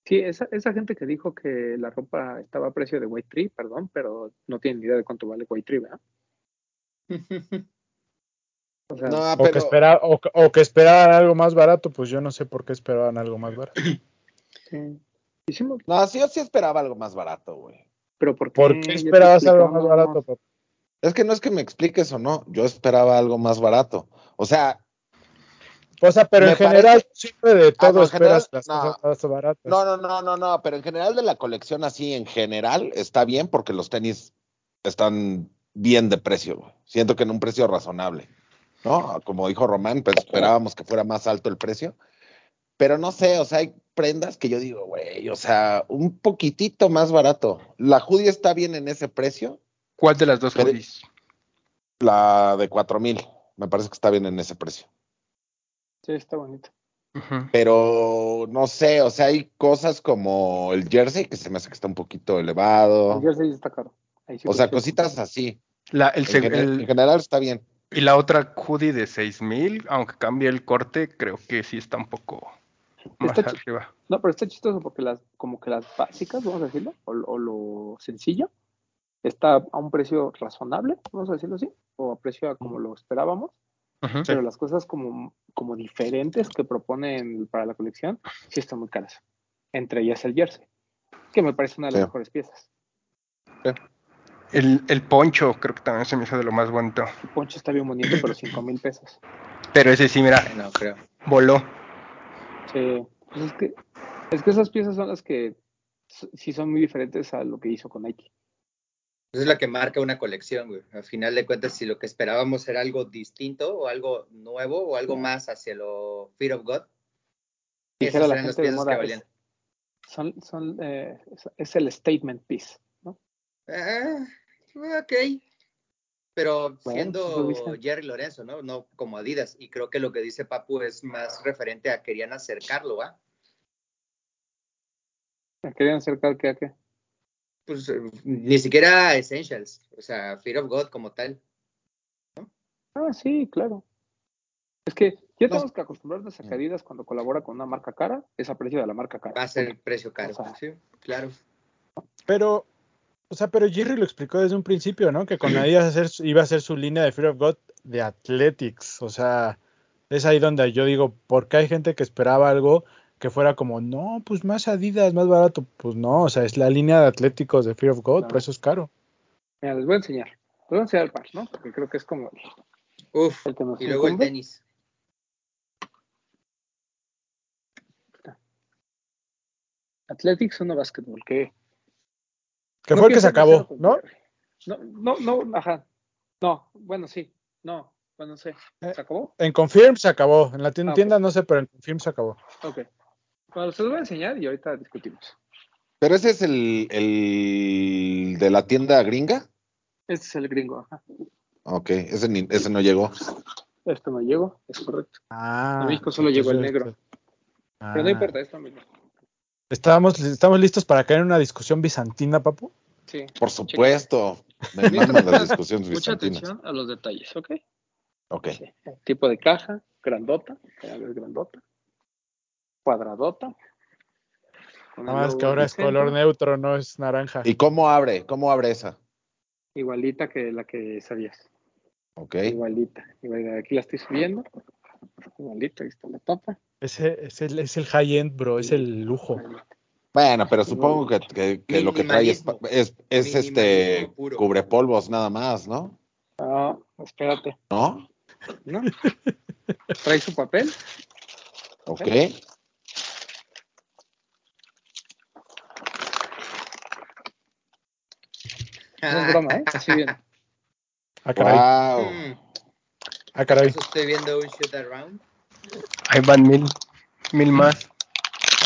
B: Sí, esa, esa gente que dijo que la ropa estaba a precio de White Tree, perdón, pero no tienen ni idea de cuánto vale White Tree, ¿verdad? O sea,
E: No,
F: O, que
E: pero
F: espera- o, que- o que esperaban algo más barato, pues yo no sé por qué esperaban algo más barato.
B: sí. Hicimos,
E: no, sí, yo sí esperaba algo más barato, güey.
B: pero ¿por qué?
F: ¿Por
B: Ya
F: qué
B: te
F: esperabas algo más
B: explicamos.
F: barato, papá?
E: Es que no es que me expliques o no, yo esperaba algo más barato. O sea,
F: O sea, pero
E: Me
F: en general, siempre de
E: Ah,
F: todo
E: no, en general,
F: esperas las
E: no.
F: cosas más baratas.
E: no, no, no, no, no, pero en general de la colección así, en general, está bien porque los tenis están bien de precio, güey. Siento que en un precio razonable, ¿no? Como dijo Román, pues esperábamos que fuera más alto el precio, pero no sé, o sea, hay prendas que yo digo, güey, o sea, un poquitito más barato. La Judy está bien en ese precio,
C: ¿Cuál de las dos
E: Pero-
C: hoodies?
E: la de cuatro mil, me parece que está bien en ese precio.
B: Sí, está bonito.
C: Ujú.
E: Pero no sé, o sea, hay cosas como el jersey que se me hace que está un poquito elevado.
B: El jersey está caro. Ahí sí
E: Oh. O sea,
B: coincido.
E: cositas así.
C: La, el,
E: En,
C: seg-
E: gene-
C: el-
E: en general está bien.
C: y la otra hoodie de 6000, aunque cambie el corte, creo que sí está un poco más
B: Está chi-
C: arriba.
B: No, pero está chistoso porque las, como que las básicas, vamos a decirlo, o, lo- o lo sencillo, está a un precio razonable, vamos a decirlo así, o a precio a como lo esperábamos.
C: Ujú.
B: pero las cosas como, como diferentes que proponen para la colección sí están muy caras. Entre ellas el jersey, que me parece una de las
E: Sí.
B: mejores piezas.
C: El, el poncho creo que también se me hizo de lo más bonito.
B: El poncho está bien bonito, pero 5 mil pesos.
C: Pero ese sí, mira,
D: no creo.
C: voló.
B: Sí, pues es, que, es que esas piezas son las que s- sí son muy diferentes a lo que hizo con Nike.
D: Es lo que marca una colección, güey. Al final de cuentas, si lo que esperábamos era algo distinto o algo nuevo o algo más hacia lo Fear of God,
B: Dijera
D: esas
B: la
D: eran las
B: gente de
D: piezas que
B: moda.
D: valían.
B: Es, son, son, eh, es- es el statement piece. ¿no?
D: Ah, ok. Pero
B: Bueno, pues,
D: siendo
B: lo viste.
D: Jerry Lorenzo, ¿no? No como Adidas. Y creo que lo que dice Papu es más referente a querían acercarlo, ¿ah?
B: ¿La querían acercar que a qué?
D: Pues eh, ni siquiera Essentials, o sea, Fear of God como tal.
B: Ah, sí, claro. Es que ya
D: No.
B: tenemos que acostumbrarnos a que Adidas cuando colabora con una marca cara es a precio de la marca cara.
D: Mm. Va a ser precio caro.
B: O sea.
D: sí, claro.
F: Pero, o sea, pero Jerry lo explicó desde un principio, ¿no? Que con Adidas hacer su- iba a ser su línea de Fear of God de Athletics. O sea, es ahí donde yo digo, ¿por qué hay gente que esperaba algo que fuera como, no, pues más Adidas, más barato? Pues no, o sea, es la línea de Atléticos de Fear of God,
B: No.
F: por eso es caro.
B: Mira, les voy a enseñar. Les voy a enseñar el par, ¿no? Porque creo que es como
D: Uf,
B: el que nos
D: y luego el
B: incumbe.
D: tenis.
B: Athletics 1 Basketball, que
F: Que
B: No
F: fue el que
B: pienso
F: se acabó,
B: hacer-
F: ¿no?
B: No, no, no, ajá. No, bueno, sí. No, bueno, sí.
F: Eh.
B: ¿Se acabó?
F: En Confirm se acabó, en la tien-
B: Ah,
F: tienda no sé, pero en Confirm se acabó.
B: Ok. Bueno, se los voy a enseñar y ahorita discutimos.
E: Pero ese es el, el de la tienda gringa.
B: Este es el gringo, ajá.
E: Ok, ese, ni- ese no llegó.
B: Esto no llegó, es correcto.
F: Ah, este,
B: A México solo llegó el negro. Pero no
F: Ah.
B: importa, esto mismo.
F: ¿Estábamos, ¿Estamos listos para caer en una discusión bizantina, papu?
B: Sí.
E: Por supuesto. Me
B: Mientras
E: mandan las
B: tanto,
E: discusiones
B: Mucha
E: bizantinas.
B: atención a los detalles, ¿ok?
E: Ok.
B: Sí. Tipo de caja, grandota, cada vez grandota, cuadradota. con el
F: Nada más
B: logo
F: que ahora
B: en
F: es
B: el
F: color
B: centro,
F: neutro, no es naranja.
E: ¿Y cómo abre? ¿Cómo abre esa?
B: Igualita que la que sabías.
E: Ok.
B: Igualita. igualita. Aquí la estoy subiendo. Igualita, ahí está la tapa.
F: Ese, es, el, es el high-end, bro, es el lujo.
E: Bueno, pero supongo que, que- que lo que trae es,
D: Minimalismo.
E: es, es este
D: Minimalismo puro.
E: cubrepolvos nada más, ¿no?
B: Ah, espérate.
E: ¿No?
B: ¿No? Trae su papel.
E: Ok.
B: No es broma, ¿eh? Así bien.
F: Ah, caray.
E: Wow.
D: Mm,
F: Ah, caray.
D: eso estoy viendo un shoot around.
C: Ahí van mil, mil más,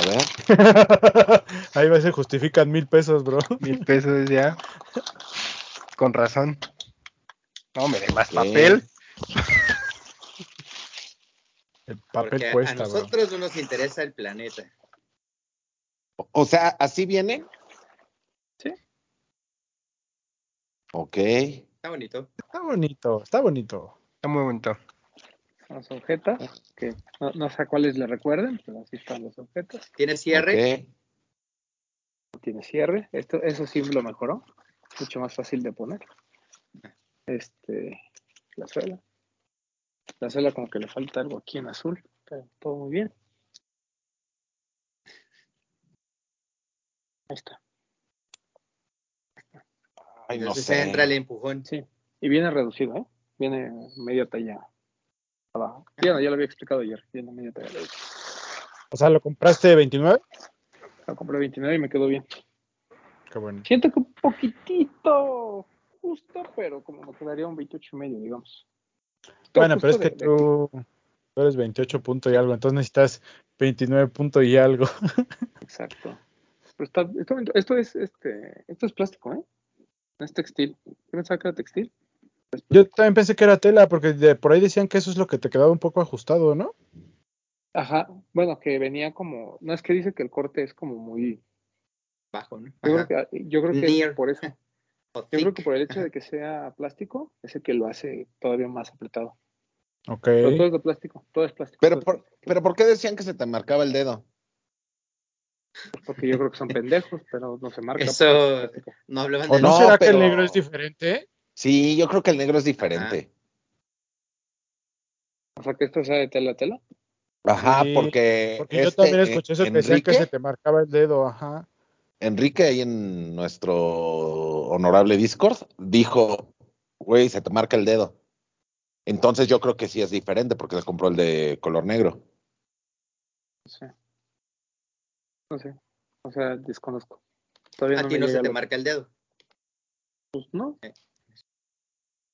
E: A ver.
F: Ahí va, se justifican mil pesos, bro.
C: mil pesos ya. Con razón. No, me dé más
E: Ok.
C: papel.
F: El papel
D: porque a- a
F: cuesta, bro.
D: nosotros no nos interesa el planeta.
E: O sea, ¿así viene?
B: Sí.
E: Ok.
D: Está bonito.
F: Está bonito, está bonito.
C: Está muy bonito.
B: Son Los objetos, que no, no sé a cuáles le recuerden, pero así están los objetos.
D: Tiene cierre.
E: ok.
B: tiene cierre. Esto, eso sí lo mejoró. Mucho más fácil de poner. Este, la suela. La suela como que le falta algo aquí en azul. Pero todo muy bien. Ahí está.
E: Ay, no
D: Entonces
E: sé.
D: entra el empujón.
B: Sí. Y viene reducido, ¿eh? Viene media talla abajo. Ya, no, ya lo había explicado ayer. Viene media talla. abajo.
F: O sea, ¿lo compraste de 29?
B: Lo compré 29 y me quedó bien.
F: Qué bueno.
B: Siento que un poquitito justo, pero como me quedaría un 28 y medio, digamos.
F: Bueno, pero es
B: Justo
F: que
B: de- de-
F: tú, tú eres 28 punto y algo, entonces necesitas 29 punto y algo.
B: Exacto. Pero está, está bonito. esto, es este, esto es plástico, ¿eh? No es textil. Yo pensaba que era textil.
F: Yo también pensé que era tela, porque de, por ahí decían que eso es lo que te quedaba un poco ajustado, ¿no?
B: Ajá. Bueno, que venía como, no es que dice que el corte es como muy.
D: Bajo, ¿no?
B: Yo
D: Ajá.
B: creo que, ah, yo creo que
D: Near.
B: es por eso.
D: O
B: Yo creo que
D: thick.
B: por el hecho de que sea plástico es el que lo hace todavía más apretado.
F: Ok.
B: Pero
E: Pues
B: todo es de plástico, todo es plástico.
E: Pero
B: todo es
E: por, pero ¿por qué decían que se te marcaba el dedo?
B: plástico, porque yo creo que son pendejos, pero no se marca.
D: Eso-
B: porque es plástico.
D: No hablaban
E: O
D: de
F: ¿No,
E: No,
F: será que
E: pero-
F: el negro es diferente?
E: Sí, yo creo que el negro es diferente.
B: O sea, que esto sea de tela a tela.
E: Ajá,
F: Ah. Sí,
E: porque.
F: Porque yo
E: este,
F: también escuché eso que decían
E: Enrique,
F: que se te marcaba el dedo, ajá.
E: Enrique ahí en nuestro honorable Discord dijo, güey, se te marca el dedo. Entonces yo creo que sí es diferente porque él compró el de color negro.
B: No sé. No sé. O sea, desconozco. Todavía
D: A
B: no
D: ti
B: me
D: no
B: llega
D: se te
B: lo-
D: marca el dedo.
B: pues, no,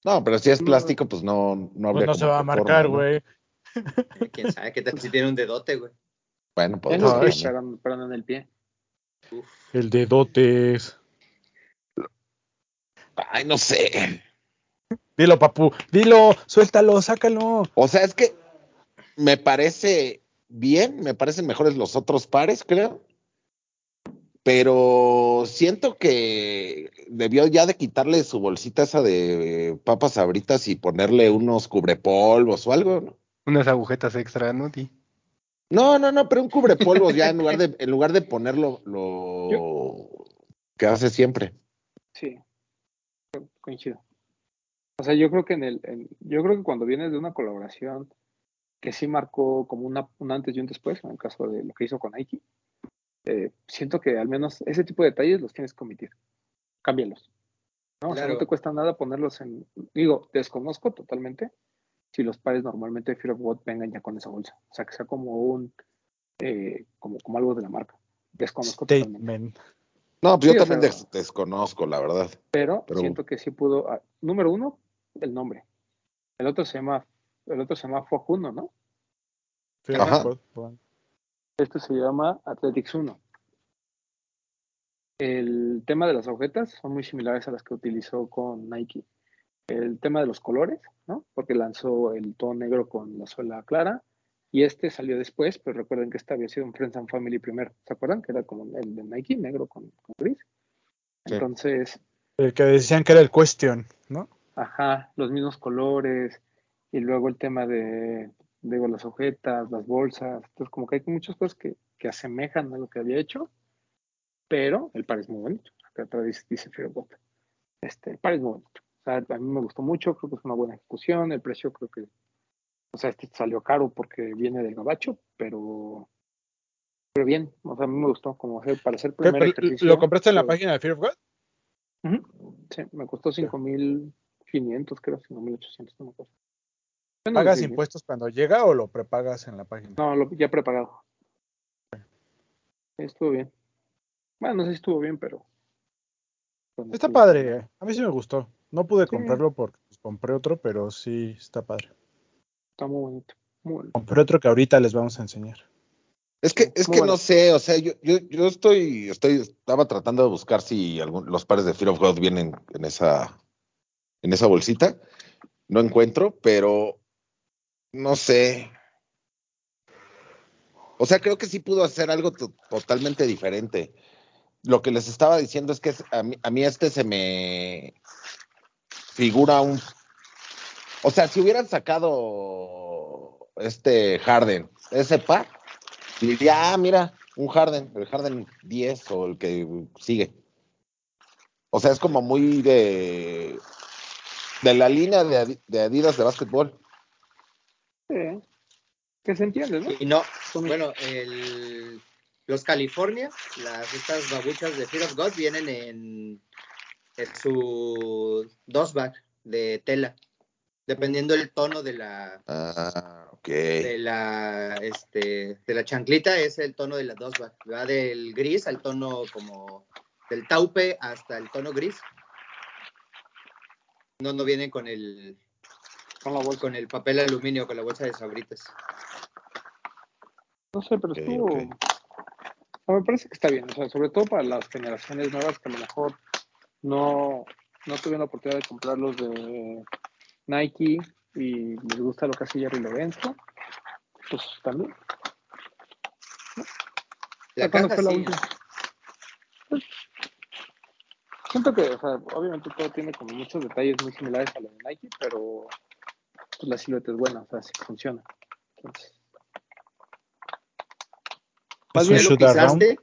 E: No, pero si es
B: No.
E: plástico, pues no, no
F: Mm. Pues
E: habría
F: no se
E: como
F: va a
E: que
F: marcar,
E: forma, ¿no?
F: güey.
D: Eh, ¿Quién sabe? ¿Qué tal si tiene un dedote, güey?
E: Bueno, pues
B: Eso
F: no,
B: sí,
F: es-
E: también.
B: pero, pero no en el pie.
F: El dedotes.
E: Ay, no sé.
F: Dilo, papu. Dilo, suéltalo, sácalo.
E: O sea, es que me parece bien, me parecen mejores los otros pares, creo. Pero siento que debió ya de quitarle su bolsita esa de papas sabritas y ponerle unos cubrepolvos o algo, ¿no?
C: Unas agujetas extra, ¿no? Di?
E: No, no, no, pero un cubrepolvos ya en lugar de, en lugar de ponerlo lo que hace siempre.
B: Sí, co- coincido. O sea, yo creo que en el, en- yo creo que cuando vienes de una colaboración que sí marcó como una, un antes y un después, en el caso de lo que hizo con Nike, eh, siento que al menos ese tipo de detalles los tienes que omitir. Cámbialos. ¿no? O sea,
D: Claro.
B: no te cuesta nada ponerlos en. Digo, desconozco totalmente si los pares normalmente de Fear of God vengan ya con esa bolsa. O sea, que sea como un. eh, como, como algo de la marca. Desconozco totalmente.
F: Statement.
E: No, pues
B: Sí,
E: yo
B: o
E: también
B: sea-
E: des- desconozco, la verdad.
B: pero,
E: Pero-
B: siento que sí pudo. ah, Número uno, el nombre. El otro se llama, el otro se llama Fojuno, ¿no?
F: Fear of
E: Ajá.
F: God, perdón.
B: Este se llama Athletics 1. El tema de las agujetas son muy similares a las que utilizó con Nike. El tema de los colores, ¿no? Porque lanzó el tono negro con la suela clara. Y este salió después, pero recuerden que este había sido un Friends and Family primero. ¿Se acuerdan? Que era como el de Nike, negro con, con gris.
E: Sí.
B: Entonces,
F: El que decían que era el question, ¿no?
B: Ajá, los mismos colores, y luego el tema de, digo, las ojetas, las bolsas, entonces como que hay muchas cosas que, que asemejan a lo que había hecho, pero el par es muy bonito, acá atrás dice, dice Fear of God. Este, el par es muy bonito, o sea, a mí me gustó mucho, creo que es una buena ejecución, el precio creo que, o sea, este salió caro porque viene del gabacho, pero, pero bien, o sea, a mí me gustó como hacer, para hacer primer
F: Pero,
B: ejercicio.
F: ¿Lo compraste en la
B: yo-
F: página de Fear of God?
B: Ujú. Sí, me costó 5.500, creo, 5.800, no me acuerdo. Bueno,
F: ¿Pagas
B: sí,
F: impuestos cuando llega o lo prepagas en la página?
B: No, lo, ya prepagado. Sí, estuvo bien. Bueno, no sé si estuvo bien, pero... bueno,
F: Está
B: sí.
F: padre, a mí sí me gustó. No pude
B: Sí.
F: comprarlo porque pues, compré otro, pero sí está padre.
B: Está muy bonito. Muy bonito.
F: Compré otro que ahorita les vamos a enseñar.
E: Es
B: Sí,
E: que, es
B: muy
E: que
B: bueno.
E: no sé, o sea, yo, yo, yo estoy, estoy, estaba tratando de buscar si algún- los pares de Fear of God vienen en esa, en esa bolsita. No encuentro, pero no sé. O sea, creo que sí pudo hacer algo to- totalmente diferente. Lo que les estaba diciendo es que es- a mí, a mí este se me figura un... O sea, si hubieran sacado este Harden, ese par, y diría, ah, mira, un Harden, el Harden 10 o el que sigue. O sea, es como muy de, de la línea de, Adi- de Adidas de básquetbol.
B: Sí. Que se entiende, ¿no?
D: Y no,
B: Son-
D: bueno, el- los California, las, estas babuchas de Fear of God vienen en, en su dos bag de tela, dependiendo el tono de la,
E: Ah, ok.
D: de la, este, de la chanclita es el tono de las dos va, va del gris al tono como del taupe hasta el tono gris. No, no vienen con el
B: Con la bolsa.
D: con el papel aluminio, con la bolsa de sabritas.
B: No sé, pero
E: Ok,
B: estuvo...
E: ok.
B: o sea, me parece que está bien, o sea, sobre todo para las generaciones nuevas que a lo mejor no, no tuvieron la oportunidad de comprar los de Nike y les gusta lo que hace Jerry Lorenzo, pues también.
D: La
B: ¿Cuándo
D: caja
B: fue la
D: sí,
B: última? Pues, Siento que, o sea, obviamente todo tiene como muchos detalles muy similares a los de Nike, pero pues, la silueta es buena, o sea, sí funciona. Entonces, Más
D: ¿Ya
F: Es un
B: bien
D: lo
F: shoot around.
D: pisaste?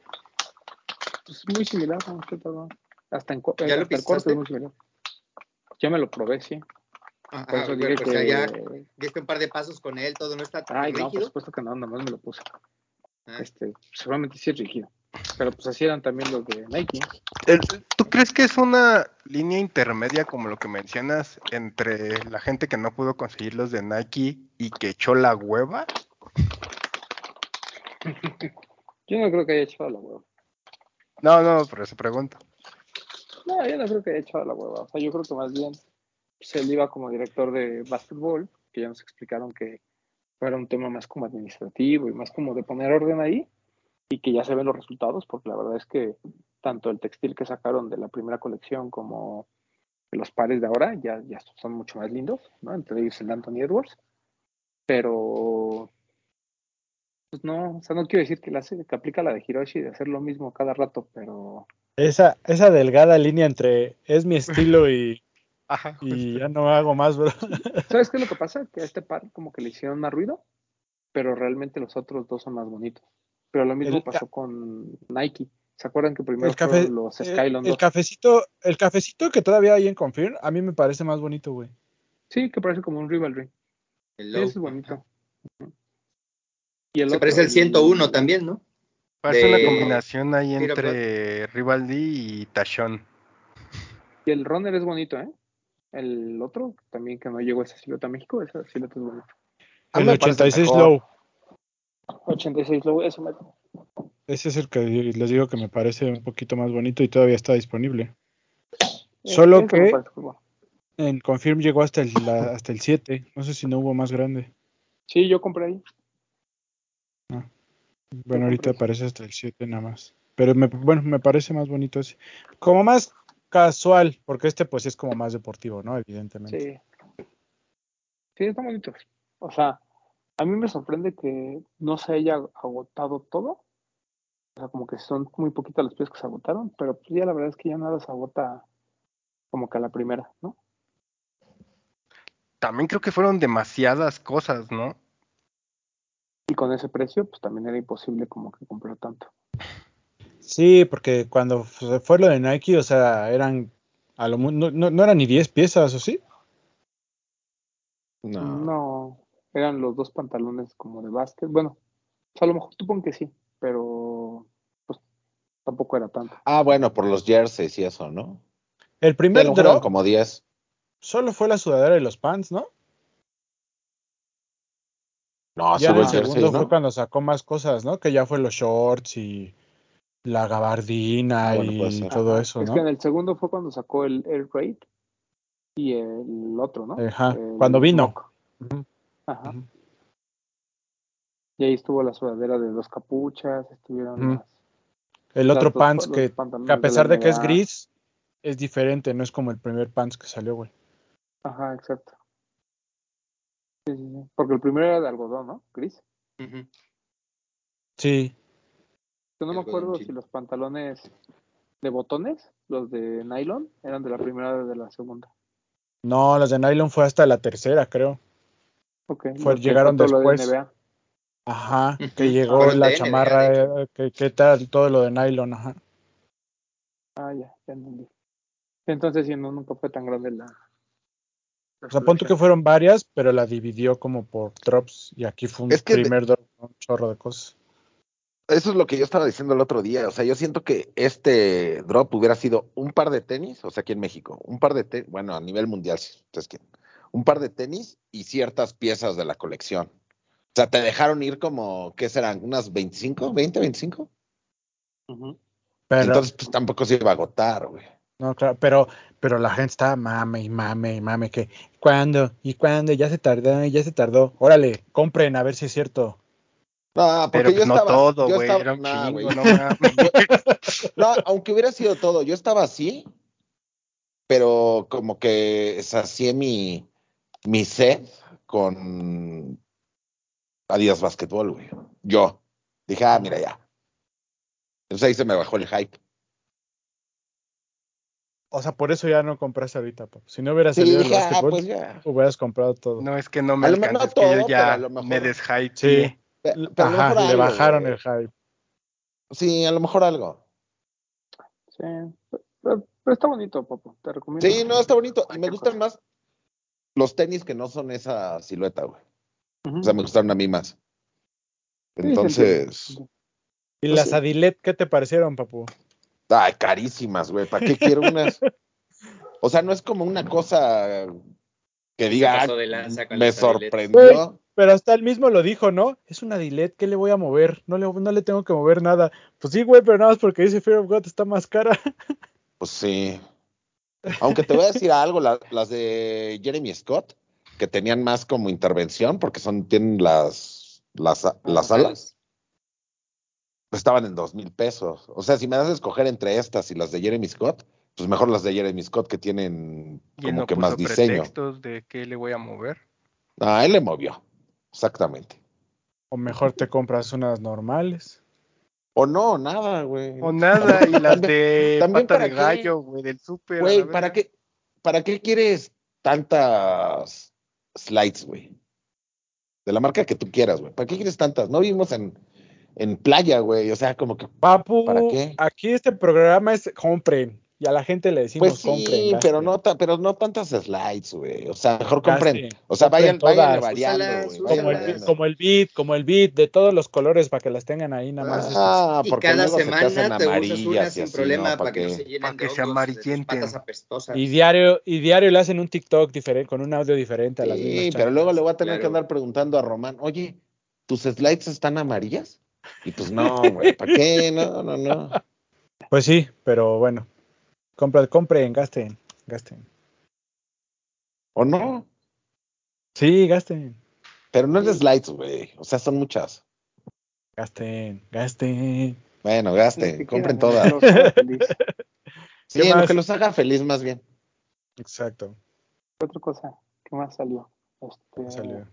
B: pues muy similar, ¿no? Sí, todo. Hasta en co-
D: ¿Ya
B: eh,
D: lo
B: hasta el corte
D: pisaste?
B: es muy similar. Ya me lo probé, sí.
D: Ah,
B: Por eso
D: ah,
B: dije
D: bueno, o sea,
B: que-
D: ya diste un par de pasos con él, todo no está tan
B: Ay, no, pues, por
D: rígido.
B: supuesto que no, nomás me lo puse.
D: Ah.
B: Este, seguramente sí es rígido. Pero pues así eran también los de Nike.
C: El- ¿Tú crees que es una línea intermedia, como lo que mencionas, entre la gente que no pudo conseguir los de Nike y que echó la hueva?
B: Yo no creo que haya echado la hueva.
C: No, no, pero se pregunta.
B: No, yo no creo que haya echado la hueva. O sea, yo creo que más bien pues, él iba como director de básquetbol, que ya nos explicaron que era un tema más como administrativo y más como de poner orden ahí y que ya se ven los resultados, porque la verdad es que tanto el textil que sacaron de la primera colección como los pares de ahora ya, ya son mucho más lindos, ¿no? Entre ellos el de Anthony Edwards, pero pues no, o sea, no quiero decir que, la, hace- que aplica la de Hiroshi de hacer lo mismo cada rato, pero
F: Esa, esa delgada línea entre es mi estilo y,
C: Ajá.
F: y ya no hago más, bro.
B: ¿sabes qué es lo que pasa? Que a este par como que le hicieron más ruido, pero realmente los otros dos son más bonitos. Pero lo mismo
F: El ca-
B: pasó con Nike. ¿Se acuerdan que primero
F: El café- eh,
B: fueron los
F: El,
B: Skylon
F: el
B: 2?
F: cafecito, el cafecito que todavía hay en Confirm, a mí me parece más bonito, güey.
B: Sí, que parece como un rivalry.
D: El
B: Sí,
D: low.
B: pues, ese es bonito. Ujú. Y el
D: Se
B: otro,
D: parece al 101 también, ¿no?
C: Parece
D: de-
C: una combinación ahí
D: Mira,
C: entre Rivaldi y Tachón.
B: Y el runner es bonito, ¿eh? El otro, también que no llegó ese silueta a México, ese silueta es bonito.
E: A mí
F: El
E: me parece
F: 86
E: mejor.
F: Low.
B: 86 Low, eso me...
F: Ese es el que les digo que me parece un poquito más bonito y todavía está disponible. Solo
B: eso
F: que-
B: me parece muy bueno.
F: En Confirm llegó hasta el, la- hasta el 7. No sé si no hubo más grande.
B: Sí, yo compré ahí.
F: Bueno, ahorita aparece hasta el 7 nada más. Pero me, bueno, me parece más bonito ese. Como más casual, porque este pues es como más deportivo, ¿no? Evidentemente.
B: Sí. Sí, está bonito. O sea, a mí me sorprende que no se haya agotado todo. O sea, como que son muy poquitas las piezas que se agotaron, pero pues ya la verdad es que ya nada se agota como que a la primera, ¿no?
C: También creo que fueron demasiadas cosas, ¿no?
B: Y con ese precio, pues también era imposible como que comprar tanto.
F: Sí, porque cuando f- fue lo de Nike, o sea, eran a lo mu- no, no- no eran ni 10 piezas, ¿o sí?
E: No.
B: No, eran los dos pantalones como de básquet. Bueno, o sea, a lo mejor tú pon que sí, pero pues tampoco era tanto.
E: Ah, bueno, por los jerseys y eso, ¿no?
F: El
E: Sí, a
F: primer
E: lo mejor eran
F: drop
E: como 10.
F: solo fue la sudadera y los pants, ¿no?
E: No, Ah, sí
F: ya en
E: hubo
F: el
B: los
E: jerseys,
F: segundo
E: ¿no?
F: fue cuando sacó más cosas, ¿no? Que ya fue los shorts y la gabardina
E: Ah, bueno, puede
F: y
E: ser.
F: todo eso,
B: es
F: ¿no?
B: que en el segundo fue cuando sacó el Air Raid y el otro, ¿no?
F: Ajá,
B: El
F: cuando vino.
B: Smoke. Ajá.
F: Ujú.
B: Y ahí estuvo la sudadera de dos capuchas, estuvieron
F: Ujú.
B: las-
F: El
B: las
F: otro
B: dos-
F: pants
B: los
F: que,
B: pantalones
F: que a pesar
B: la
F: de que es
B: NBA.
F: gris, es diferente, no es como el primer pants que salió, güey.
B: Ajá, exacto. Sí, sí, sí. Porque el primero era de algodón, ¿no? Gris.
D: Ujú.
F: Sí,
B: Yo no
D: El
B: me
D: algodón
B: acuerdo
D: chino.
B: si los pantalones de botones, los de nylon, eran de la primera o de la segunda.
F: no, los de nylon fue hasta la tercera, creo.
B: Okay,
F: Fue-
B: los que
F: llegaron
B: fue todo lo de
F: después.
B: NBA.
F: Ajá,
D: Ujú.
F: que llegó
E: Ah,
D: Fueron
F: la
D: de NBA, de
F: chamarra,
D: hecho.
F: eh, que, que tal, todo lo de nylon, ajá.
B: Ah, ya, ya entendí. Entonces, si no, nunca fue tan grande la. la
F: O sea, pon tú que
B: colección.
F: fueron varias, pero la dividió como por drops y aquí fue un
E: Es que de-
F: primer drop, un chorro de cosas.
E: Eso es lo que yo estaba diciendo el otro día. O sea, yo siento que este drop hubiera sido un par de tenis, o sea, aquí en México, un par de tenis, bueno, a nivel mundial, si ustedes quieren, un par de tenis y ciertas piezas de la colección. O sea, te dejaron ir como, ¿qué serán? ¿Unas 25, 20, 25?
B: Ujú.
F: Pero,
E: Entonces, pues tampoco se iba a agotar, güey.
F: no, claro, pero, pero la gente está mame y mame y mame que ¿cuándo? ¿Y cuándo? Ya se tardó, ya se tardó. Órale, compren a ver si es cierto.
E: No, porque
C: Pero
E: yo
C: pues, no
E: estaba.
C: todo,
E: yo
C: güey.
E: estaba-
C: Era un
E: nah,
C: chingo,
E: güey.
C: no mames.
E: No, aunque hubiera sido todo, yo estaba así, pero como que sacié mi, mi sed con Adidas Basketball, güey. Yo dije, ah, mira ya. Entonces ahí se me bajó el hype.
F: O sea, por eso ya no compraste ahorita, Pop. Si no hubieras
E: Sí,
F: salido el
E: dije, ah,
F: básquetbol,
E: pues ya.
F: hubieras comprado todo.
C: No, es que no me
E: A lo mejor
C: alcanza,
E: no
C: es que yo
E: todo, pero
C: ya
E: a lo mejor-
C: me deshypeé.
F: Sí.
E: Pe-
F: L-
E: pero a lo
F: Ajá,
E: mejor
F: le
E: algo,
F: bajaron
E: güey.
F: el hype.
E: Sí, a lo mejor algo.
B: Sí, pero, pero- pero está bonito, Popo. Te recomiendo.
E: Sí, no, está bonito. Y me
B: Cualquier
E: gustan
B: cosa.
E: más los tenis que no son esa silueta, güey.
B: Ujú.
E: O sea, me gustaron a mí
B: Sí,
E: más.
B: se entiende, se
E: Entonces,
B: entiende.
F: ¿Y
E: Pues
F: las
E: sí.
F: Adilet qué te parecieron, papu?
E: ay, Ah, carísimas, güey. ¿Para qué quiero unas? O sea, no es como una cosa que diga,
D: Pasó
E: ah,
D: de lanza con
E: me
D: las Adilettes.
E: sorprendió.
F: Pero hasta él mismo lo dijo, ¿no? Es una Adilet, ¿qué le voy a mover? No le, no le tengo que mover nada. Pues sí, güey, pero nada más porque dice Fear of God está más cara.
E: Pues sí. Aunque te voy a decir algo, la- las de Jeremy Scott, que tenían más como intervención, porque son, tienen las, las, las alas, estaban en dos mil pesos. O sea, si me das a escoger entre estas y las de Jeremy Scott, pues mejor las de Jeremy Scott que tienen
C: Y él
E: como
C: no
E: que
C: puso
E: más diseño.
C: pretextos de que le voy a mover.
E: Ah, él le movió. Exactamente.
F: O mejor te compras unas normales.
E: O no, nada, güey.
C: O nada, y las de
E: También
C: pata
E: para
C: de
E: qué.
C: gallo, güey, del súper. a la
E: Güey,
C: verga.
E: ¿para qué, ¿para qué quieres tantas slides, güey? De la marca que tú quieras, güey. ¿Para qué quieres tantas? No vivimos en, en playa, güey. O sea, como que.
F: Papu,
E: ¿Para qué?
F: aquí este programa es compren. Y a la gente le decimos
E: Pues sí,
F: compren.
E: pero
F: gasten.
E: no, ta- pero no tantas slides, güey. O sea, mejor
F: Gasten.
E: compren. O sea,
F: Compren
E: vayan, vayan
F: todas.
E: variando,
D: Úsalas,
E: güey.
D: úsalas.
E: Vayan
F: Como el,
E: variando.
F: como el beat, como el beat, de todos los colores para que las tengan ahí nada más.
E: Ah,
D: Y
E: porque
D: cada
E: luego se te hacen
D: semana te usas una
E: amarillas y
D: sin
E: así,
D: problema
E: ¿no?
D: para que, no
E: qué?
D: se llenen
C: Para
D: de
C: que se
D: hongos y de
C: amarillenten.
D: patas apestosas.
F: Y diario, y diario le hacen un TikTok diferente, con un audio diferente a las
E: Sí,
F: mismas
E: pero
F: chavas.
E: luego le voy a tener
D: Claro.
E: que andar preguntando a Román, oye, ¿tus slides están amarillas? Y pues no, güey, ¿para qué? No, no, no.
F: Pues sí, pero bueno. Compra, compren, gasten, gasten.
E: ¿O no?
F: Sí, gasten,
E: Pero no es de slides, güey. O sea, son muchas.
F: gasten, gasten.
E: Bueno,
B: Lo
E: gasten,
B: que
E: este, compren
B: quieran,
E: todas.
B: lo que sea feliz.
E: Sí,
F: ¿Qué
E: lo
F: más?
E: que los haga feliz más bien.
F: Exacto.
B: Otra cosa, ¿qué más salió? Este,
F: salió.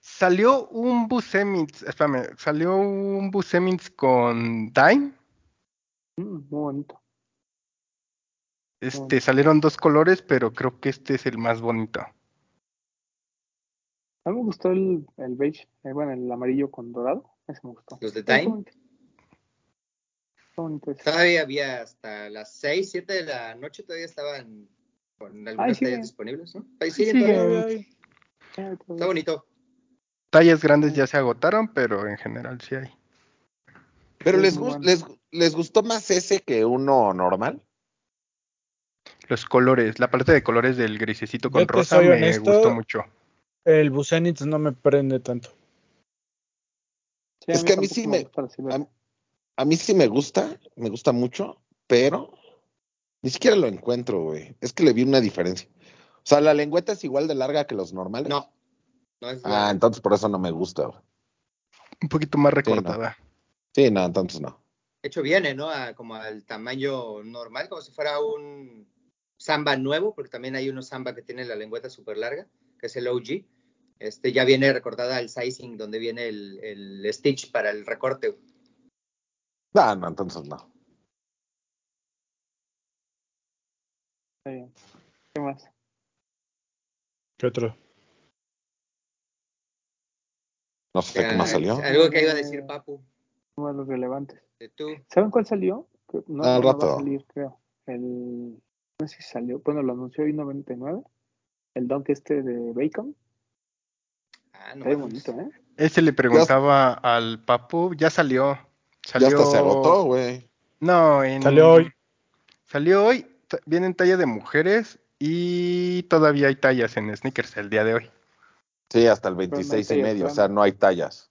C: Salió un Busemins, espérame, salió un Busemins con Dime.
B: mm, muy bonito.
C: Este, salieron dos colores, pero creo que este es el más bonito.
B: A mí me gustó el, el beige, eh, bueno, el amarillo con dorado. Ese me gustó.
D: Los de
B: Está
D: Time.
B: bonito. Está bonito ese.
E: Ah,
D: Todavía había hasta las 6, 7 de la noche, todavía estaban con algunas
B: Ahí siguen.
D: tallas disponibles, ¿no? Ahí
C: Sí,
D: siguen todavía.
B: Ah, está
D: Está
B: bien.
D: bonito.
C: Tallas grandes ya se agotaron, pero en general sí hay.
E: Pero
B: Sí,
E: les,
B: muy
E: gus-
B: bueno.
E: les, les gustó más ese que uno normal.
C: Los colores, la parte de colores del grisecito con
F: Yo te
C: rosa
F: soy
C: me
F: honesto.
C: gustó mucho.
F: El Busanitz no me prende tanto.
B: Sí,
E: Es que a mí
B: tampoco
E: sí me-
B: gusta la silueta.
E: a mí- A mí sí me gusta, me gusta mucho, pero ni siquiera lo encuentro, güey. Es que le vi una diferencia. O sea, la lengüeta es igual de larga que los normales.
D: No. No es
E: Ah,
D: la-
E: entonces por eso no me gusta, güey.
C: Un poquito más
E: no.
C: recortada.
E: Sí, no, entonces no.
D: De hecho, viene, ¿no? A- como al tamaño normal, como si fuera un samba nuevo, porque también hay unos samba que tienen la lengüeta súper larga, que es el OG. Este ya viene recortada al sizing, donde viene el, el stitch para el recorte.
E: No, no, entonces no.
B: Está bien. ¿Qué más?
F: ¿Qué otro?
E: No sé qué
D: Ah,
B: Eh,
E: más salió.
D: Algo que iba a decir Papu,
B: Uno de los relevantes.
D: de tú.
B: ¿Saben cuál salió? Que No,
E: Al
B: no va
E: rato.
B: a salir, creo. El, no sé si salió. Bueno, lo anunció hoy 99. El dunk este de Bacon.
D: Ah,
B: Está bien
D: mames.
B: bonito, ¿eh?
C: Ese Este le preguntaba al papu, ya salió.
E: Ya
C: Salió.
E: hasta se agotó, güey.
C: No, en-
F: Salió hoy.
C: Salió hoy, ta- viene en talla de mujeres y todavía hay tallas en sneakers el día de hoy.
E: Sí, hasta el
B: no hay
E: 26 y
B: tallas
E: medio. O
B: grandes.
E: sea, no hay tallas.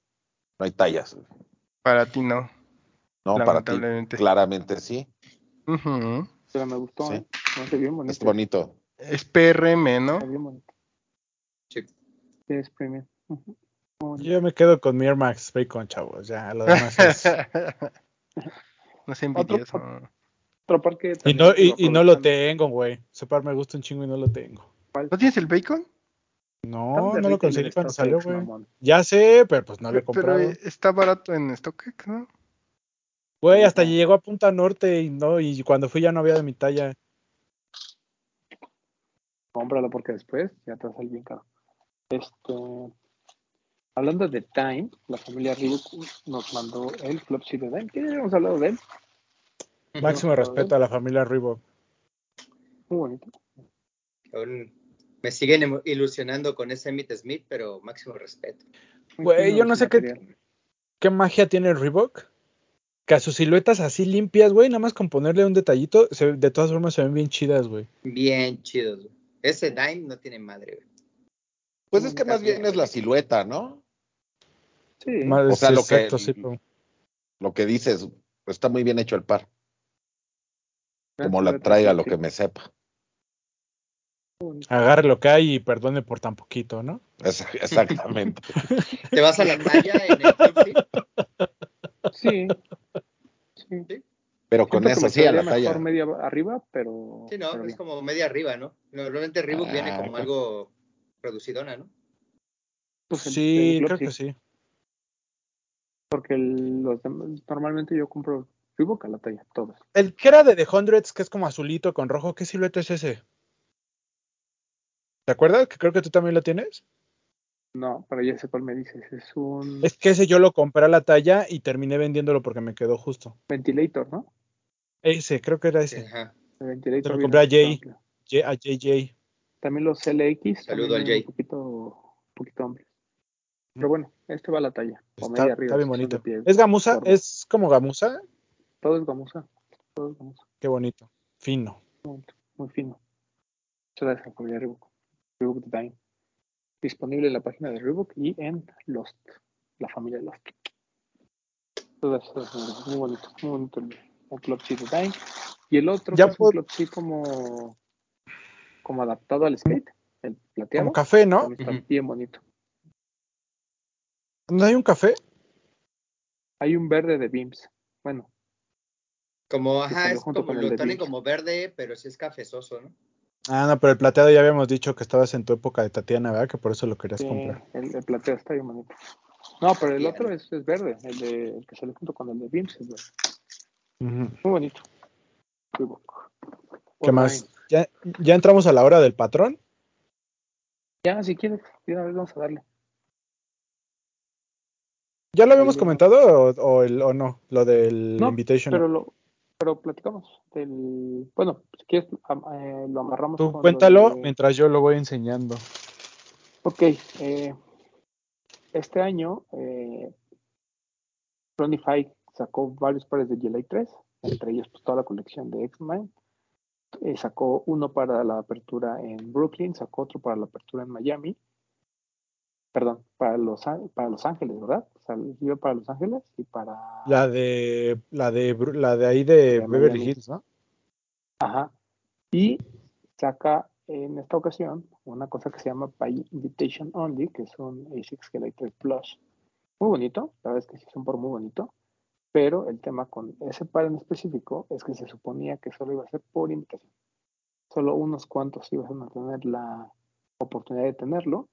E: No hay tallas. güey.
C: Para ti no.
E: No, para ti.
C: Lamentablemente.
E: Claramente sí.
C: Ujú.
B: Pero me gustó,
E: Sí.
B: ¿eh? No sé, bien bonito.
E: Es bonito.
C: Es PRM, ¿no?
B: Está bien bonito.
D: Sí.
B: Sí, es premium. Ujú. Muy bonito.
F: Yo me quedo con mi Air Max Bacon, chavos. Ya, lo demás es.
C: no sé envidioso.
B: Otro par que
F: Y
B: también
F: no, y,
B: sigo
F: y no lo
B: aprovechando.
F: tengo, güey. Ese par me gusta un chingo y no lo tengo.
C: ¿No tienes el bacon?
F: No,
B: Están de
F: no
B: rica en
F: lo
B: el
F: conseguí cuando
B: StockX,
F: salió, güey.
B: mamón.
F: Ya sé, pero pues no lo he
C: Pero, pero,
F: comprado.
C: eh, está barato en StockX, ¿no?
F: Güey, hasta
B: no.
F: llegó a Punta Norte y no, y cuando fui ya no había de mi talla.
B: Cómpralo porque después ya te va a salir bien caro. Este, hablando de Time, la familia Rivet nos mandó el flop sheet de Time. que ya hemos hablado de él.
F: Máximo
B: Ujú.
F: respeto a la familia Reebok.
B: Muy bonito.
D: Aún me siguen emo- ilusionando con ese Emmitt Smith, pero máximo respeto.
B: Muy
F: Güey,
B: fino
F: yo no
B: su
F: sé qué-
B: material.
F: ¿Qué magia tiene el Reebok? Que a sus siluetas así limpias, güey, nada más con ponerle un detallito, se- de todas formas se ven bien chidas, güey.
D: Bien chidos. güey. Ese Dime no tiene madre, güey.
E: Pues es que más bien es la silueta, ¿no?
B: Sí,
F: Más-
E: O sea,
F: sí,
E: lo que-
F: exacto, sí, pero-
E: Lo que dices, pues, está muy bien hecho el par.
B: gran
E: Como la
B: silueta,
E: traiga
B: sí,
E: lo
B: sí.
E: que me sepa.
B: Muy bonito.
F: Agarre lo que hay y perdone por tan poquito, ¿no?
E: Esa- Exactamente.
D: ¿Te vas a la talla en el Flopsy?
B: Sí. Sí.
E: Pero con
B: Siento que
E: eso,
B: me
E: sí, a la
B: saldría mejor
E: talla.
B: media arriba, pero.
D: Sí, no,
B: pero
D: es
B: bien.
D: como media arriba, ¿no? Normalmente Reebok viene
E: Ah,
D: como
E: claro.
D: algo reducidona, ¿no?
B: Pues el-
F: Sí,
B: el
F: creo
B: Flopsy.
F: que sí.
B: Porque el- los demás- normalmente yo compro Reebok a la talla, todos.
F: El que era de The Hundreds, que es como azulito con rojo, ¿qué silueta es ese? ¿Te acuerdas? Que creo que tú también lo tienes.
B: No, pero ya sé cuál me dices. Es un
F: Es que ese yo lo compré a la talla y terminé vendiéndolo porque me quedó justo.
B: ventilator, ¿no?
F: Ese, creo que era ese.
D: Ajá.
B: El ventilator.
F: Se lo
B: viene
F: compré a Jay.
B: amplio.
F: Ye- a JJ.
B: También los LX.
D: Saludo
B: también
D: al Jay.
B: Un poquito, un poquito amplios. Pero bueno, este va a la talla. o
F: Mm. Está,
B: media
F: está
B: arriba,
F: bien
B: si son de
F: bonito.
B: pie.
F: ¿Es gamusa?
B: gordo.
F: ¿Es como gamusa?
B: Todo es gamuza. Todo es gamuza.
F: Qué bonito. Fino.
B: Muy fino. Muchas gracias a la familia Reebok. Reebok Time. Disponible en la página de Reebok y en Lost. La familia Lost. Todas esas señoras. Muy bonito. Muy bonito el, el Clubcito Time. Y el otro
F: Ya
B: que es
F: pod-
B: un Clubcito como, como adaptado al skate. El plateado.
F: Como café, ¿no?
B: También está
D: Ujú.
B: bien bonito.
F: ¿No hay un café?
B: Hay un verde de Beams. Bueno,
D: Como,
B: Sí,
D: ajá,
B: salió
D: es
B: junto
D: como
B: con el
D: lo
B: de
D: ponen
B: Beats.
D: como verde, pero sí es cafezoso, ¿no?
F: Ah, no, pero el plateado ya habíamos dicho que estabas en tu época de Tatiana, ¿verdad? Que por eso lo querías
B: sí,
F: comprar.
B: el, el plateado está bien bonito. No, pero el
D: Bien.
B: otro es, es verde. El, de, el que sale junto con el de Beams es verde.
F: Ujú.
B: Muy bonito. Reebok.
F: ¿Qué
B: Online.
F: más? ¿Ya, ya entramos a la hora del patrón.
B: Ya, si quieres, de una vez vamos a darle.
F: ¿Ya lo habíamos
B: Ahí
F: comentado o, o el- o no? Lo del
B: No,
F: invitation.
B: Pero lo pero platicamos del. Bueno, si quieres, am- eh, lo amarramos.
F: Tú
B: con lo
F: cuéntalo
B: de-
F: mientras yo lo voy enseñando.
B: Ok. eh, este año, eh, Ronnie Fike sacó varios pares de GLA 3, entre ellos pues, toda la colección de X-Mind. Eh, sacó uno para la apertura en Brooklyn, sacó otro para la apertura en Miami. Perdón, para Los, Á- para los Ángeles, ¿verdad? Salió para Los Ángeles y para.
F: La de la de Bru- la de ahí
B: De
F: de Beverly
B: Miami.
F: Hills, ¿no?
B: Ajá. Y saca en esta ocasión una cosa que se llama By Invitation Only, que es un ASICS Electric Plus. Muy bonito, la verdad es que sí es un por muy bonito, pero el tema con ese par en específico es que se suponía que solo iba a ser por invitación. Solo unos cuantos iban a tener la oportunidad de tenerlo.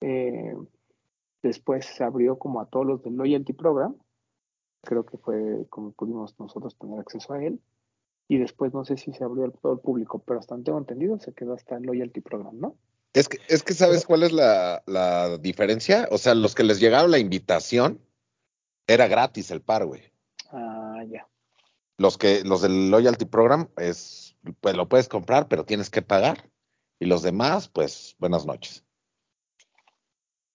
B: Eh, después se abrió como a todos los del Loyalty Program. Creo que fue como pudimos nosotros tener acceso a él y después no sé si se abrió al todo el público, pero hasta donde tengo entendido se quedó hasta el Loyalty Program, ¿no?
E: Es que, es que ¿sabes cuál es la, la diferencia? O sea, los que les llegaba la invitación, era gratis el par, güey.
B: Ah, ya.
E: Los que, los del Loyalty Program, es, pues lo puedes comprar, pero tienes que pagar. Y los demás, pues, buenas noches.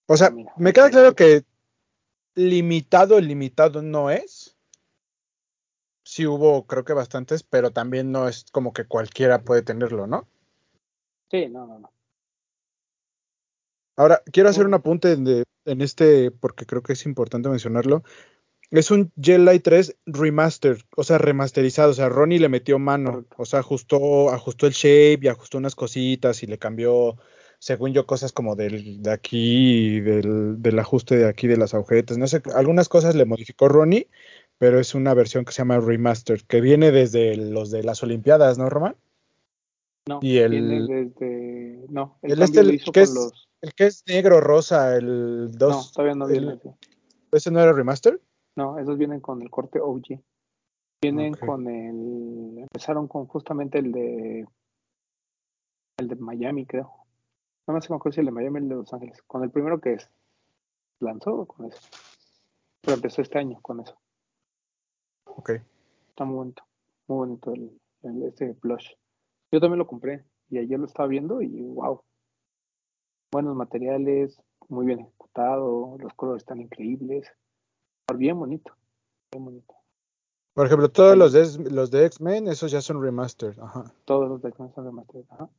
F: O sea,
B: Mira.
F: me queda claro que limitado, limitado no es. Sí hubo, creo que bastantes, pero también no es como que cualquiera puede tenerlo, ¿no?
B: Sí, no, no, no.
F: Ahora, quiero hacer
B: Mm.
F: un apunte de- en este, porque creo que es importante mencionarlo. Es un Light 3 remaster, o sea, remasterizado. O sea, Ronnie le metió mano.
B: Correcto.
F: O sea, ajustó, ajustó el shape y ajustó unas cositas y le cambió, según yo, cosas como del, de aquí, del, del ajuste de aquí de las agujetas. No sé, algunas cosas le modificó Ronnie, pero es una versión que se llama remastered, que viene desde los de las Olimpiadas, ¿no, Román?
B: No,
F: Y el-
B: viene desde... No, el,
F: el
B: cambio
F: este,
B: lo
F: el
B: hizo
F: que
B: con
F: es
B: los...
F: El que es negro, rosa, el 2.
B: No, todavía no viene
F: el-
B: así.
F: ¿Ese no era remaster?
B: No, esos vienen con el corte OG. Vienen
F: Ok.
B: con el... Empezaron con justamente el de... El de Miami, creo. No me sé me acuerdo si el de Miami o el de Los Ángeles. Con el primero que es... lanzó o con eso. Pero empezó este año con eso.
F: Ok.
B: Está muy bonito. Muy bonito el, el- este plush. Yo también lo compré y ayer lo estaba viendo y wow. Buenos materiales, muy bien ejecutado, los colores están increíbles. Pero Bien bonito. Bien bonito.
F: Por ejemplo, todos
B: Ahí.
F: los de, los de X-Men, esos ya son remastered. Ajá.
B: Todos los de X-Men son de material. ajá.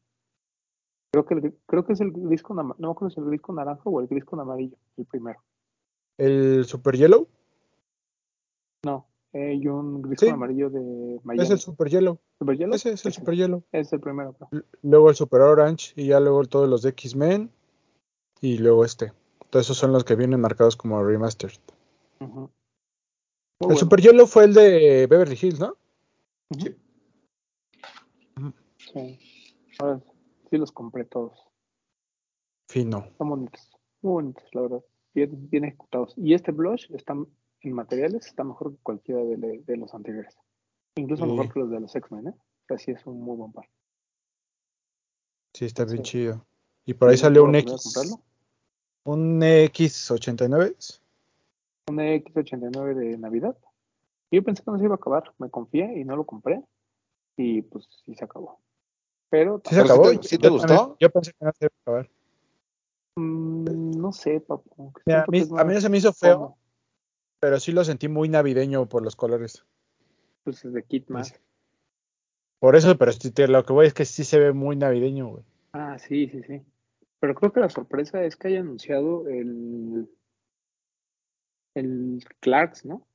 B: Creo que, el- creo que es el gris con ama- no me acuerdo si el gris con naranja o el gris con amarillo, el primero.
F: El Super Yellow
B: No, eh, y un gris
F: Sí.
B: con amarillo de Miami.
F: es el Super Yellow.
B: ¿Super Ah, Yellow?
F: Ese es el
B: Ese.
F: Super Yellow.
B: Es el primero, creo.
F: Luego el Super Orange y ya luego todos los de X-Men y luego este. Todos esos son los que vienen marcados como remastered.
B: Ujú. Muy
F: el
B: bueno.
F: Super Yellow fue el de Beverly Hills, ¿no?
B: Sí. Ahora sí los compré todos.
F: Fino.
B: Están bonitos, muy bonitos, la verdad. Bien, bien ejecutados. Y este blush está en materiales está mejor que cualquiera de, le- de los anteriores. Incluso
F: Sí.
B: mejor que los de los X-Men, ¿eh? O sea, sí es un muy buen par.
F: Sí, está bien
B: Sí.
F: chido. Y por ahí
B: ¿Tienes
F: salió un
B: oportunidad de
F: X.
B: comprarlo?
F: Un X89.
B: Un X89 de Navidad. Yo pensé que no se iba a acabar. Me confié y no lo compré. Y pues sí se acabó. Pero
F: Sí se
E: Pero sí
F: acabó.
E: te- sí te
F: Yo
E: gustó.
F: también- yo pensé que no se iba a acabar.
B: mm, no sé, papu.
F: Mira,
B: Siento
F: a mí-
B: que es
F: a mí
B: más
F: se me hizo feo,
B: como,
F: pero sí lo sentí muy navideño por los colores.
B: Pues es de Kit más.
F: Por eso, pero sí te- lo que voy es que sí se ve muy navideño, güey.
B: Ah, sí, sí, sí. Pero creo que la sorpresa es que haya anunciado el, el Clarks, ¿no?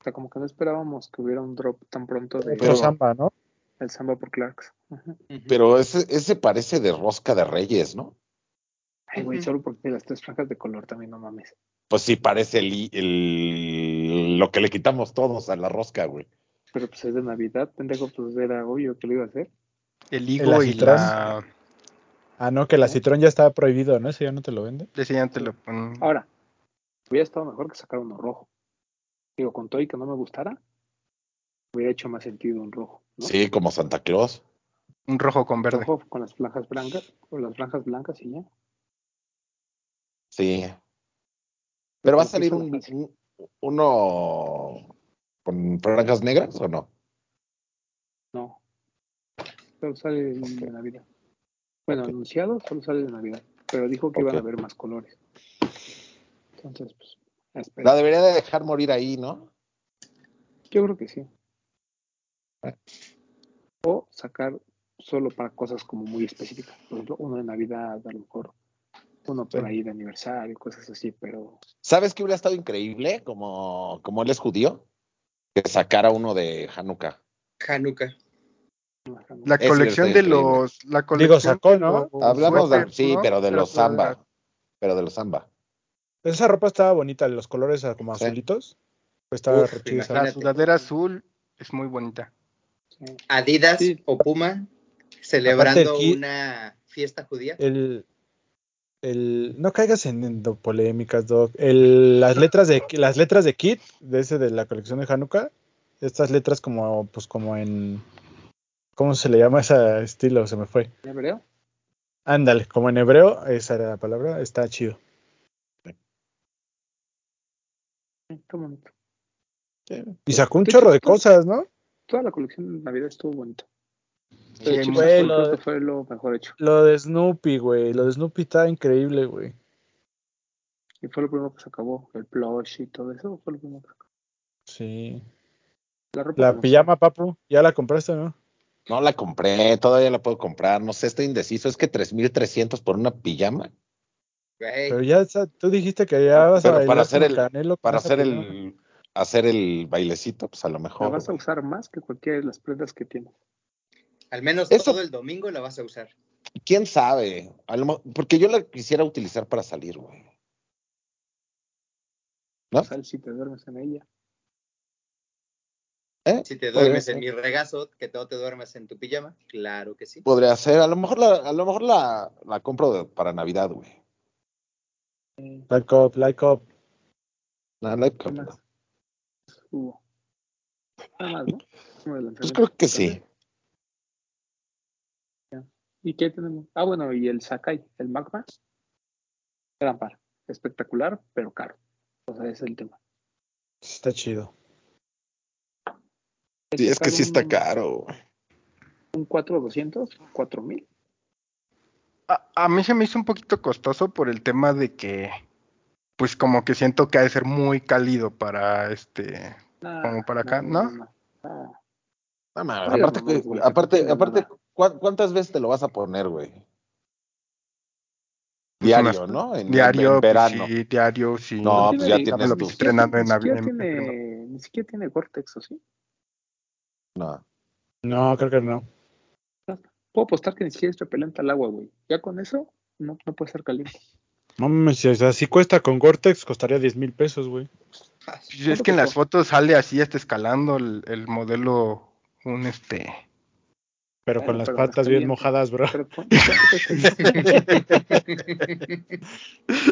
B: O sea, como que no esperábamos que hubiera un drop tan pronto de
F: Otro samba, ¿no?
B: el Samba por Clarks. Ajá.
E: Pero ese, ese parece de rosca de reyes, ¿no?
B: Ay, güey,
D: Ujú.
B: solo porque tiene las tres franjas de color también, no mames.
E: Pues sí, parece el, el- lo que le quitamos todos a la rosca, güey.
B: Pero pues es de Navidad, pendejo, pues era obvio que lo iba a hacer.
C: El higo y
F: acitrón.
C: la.
F: Ah, no, que la Citrón ya estaba prohibido, ¿no? Ese ya no te lo vende.
C: Ese ya te lo ponen.
E: Ah.
B: Ahora, hubiera estado mejor que sacar uno rojo. Digo, con todo y que no me gustara, hubiera hecho más sentido un rojo, ¿no?
E: Sí, como Santa Claus.
C: Un rojo con verde.
B: Rojo con las franjas blancas, con las franjas blancas y ya.
E: Sí. Pero va a
B: Creo que
E: salir
B: hizo la
E: un,
B: fácil.
E: un- uno con franjas negras o no?
B: No. Solo sale el de
E: Ok.
B: Navidad. Bueno,
E: Ok.
B: anunciado solo sale de Navidad. Pero dijo que iban a
E: Ok.
B: haber más colores. Entonces, pues, a esperar.
E: La debería de dejar morir ahí, ¿no?
B: Yo creo que sí.
E: Ah.
B: O sacar solo para cosas como muy específicas. Por ejemplo, uno de Navidad, a lo mejor uno por
E: Sí.
B: ahí de aniversario, cosas así, pero
E: ¿Sabes qué hubiera estado increíble? Como, como él es judío, que sacara uno de Hanukkah.
D: Hanukkah.
B: no, no, no.
C: La
E: Ese
C: colección
E: está
C: de
E: increíble.
C: los. La colección
F: sacó,
C: de
F: ¿no?
C: los
E: Hablamos de,
C: suéteres,
E: sí,
C: ¿no? pues,
E: pero de los
C: todas
E: samba. Pero de los samba.
F: Esa ropa estaba bonita, los colores ah, como
E: Sí.
F: azulitos. Pues estaba
D: Uf,
F: re chida esa-
C: las- La
D: Imagínate.
C: sudadera azul es muy bonita.
B: Sí.
D: Adidas
B: Sí.
D: o Puma celebrando
F: Aparte Eh, el ki-
D: una fiesta judía.
F: El, el- no caigas en, en do- polémicas, Doc. El- las letras de las letras de Kit, de ese de la colección de Hanukkah, estas letras como pues como en ¿cómo se le llama ese estilo? Se me fue.
B: ¿Ya veré?
F: Ándale, como en hebreo, esa era la palabra, está chido.
B: Sí, Está bonito.
F: Y sacó un
B: De
F: chorro
B: hecho,
F: de
B: todo-
F: cosas, ¿no?
B: Toda la colección de Navidad estuvo bonita.
C: Sí, hay
B: Pero
C: muchas
F: güey,
B: Chipazul
F: lo-
B: creo que fue lo mejor hecho.
F: Lo de Snoopy, güey, lo de Snoopy está increíble, güey.
B: Y fue lo primero que se acabó. El plush y todo eso fue lo primero que se acabó.
F: Sí.
B: La ropa
F: La
B: como
F: pijama, papu, ya la compraste, ¿no?
E: No la compré, todavía la puedo comprar. No sé, estoy indeciso. Es que 3.300 por una pijama.
D: Güey,
F: Pero ya esa- tú dijiste que ya vas a
E: Pero para
F: bailar
E: hacer
F: como
E: el-
F: Canelo con
E: Para
F: esa
E: hacer
F: pijama.
E: el, hacer el bailecito, pues a lo
B: La
E: mejor.
B: vas a
E: güey.
B: usar más que cualquiera de las prendas que tienes.
D: al menos
E: Eso-
D: todo el domingo la vas a usar.
E: ¿Quién sabe? A lo mo- porque yo la quisiera utilizar para salir, güey. ¿No?
B: Sal si te duermes en ella.
E: ¿Eh?
D: Si te
E: Podría
D: duermes
E: ser.
D: en mi regazo, que todo te duermas en tu pijama, claro que sí.
E: Podría ser, a lo mejor la, a lo mejor la, la compro de- para Navidad, güey.
F: Black Ops, Black Ops.
E: La- la- Pues,
B: ¿Qué más? Hubo. Nada más, ¿no? Como de
E: pues
B: lanzamiento.
E: creo que sí.
B: ¿Y qué tenemos? Ah, bueno, y el Sakai, el Magma. Gran par. Espectacular, pero caro. O sea, ese es el tema.
F: Está chido.
B: Hay
E: Sí, es
B: sacar
E: que sí está
B: un-
E: caro. güey.
B: Este Un 4200, 4000.
C: A, a mí se me hizo un poquito costoso por el tema de que, pues como que siento que ha de ser muy cálido para este,
B: Nah,
C: como para acá, ¿no?
B: Ah,
E: No mames,
B: No digas
E: aparte,
B: mamadas,
E: que-
B: güey,
E: aparte,
B: no
E: aparte,
B: nada.
E: ¿cuá- ¿cuántas veces te lo vas a poner, güey? Diario,
C: unas-
E: ¿no? En, en-
C: diario,
E: en verano.
C: pues, sí, diario, sí.
E: No, pues ya
B: tiene-
E: tienes
C: lo
B: ni
E: tus-
B: siquiera
C: estrenando
B: tiene-
C: en
B: ni siquiera
C: avi- en
B: Pues, tiene, ni siquiera tiene Gore-Tex, ¿o sí?
E: No.
F: No, creo que no.
B: Puedo apostar que ni siquiera es repelente al agua, güey. Ya con eso, no, no puede ser caliente.
F: No mames, o sea, si cuesta con Gore-Tex, costaría 10 mil pesos, güey.
C: Pues es que en las fotos sale así, hasta escalando el, el modelo, un este,
F: Pero
B: Bueno,
F: con las
B: pero no
F: patas
B: está
F: bien
B: bien.
F: mojadas, bro.
B: Pero, ¿cu- cuánto cuesta?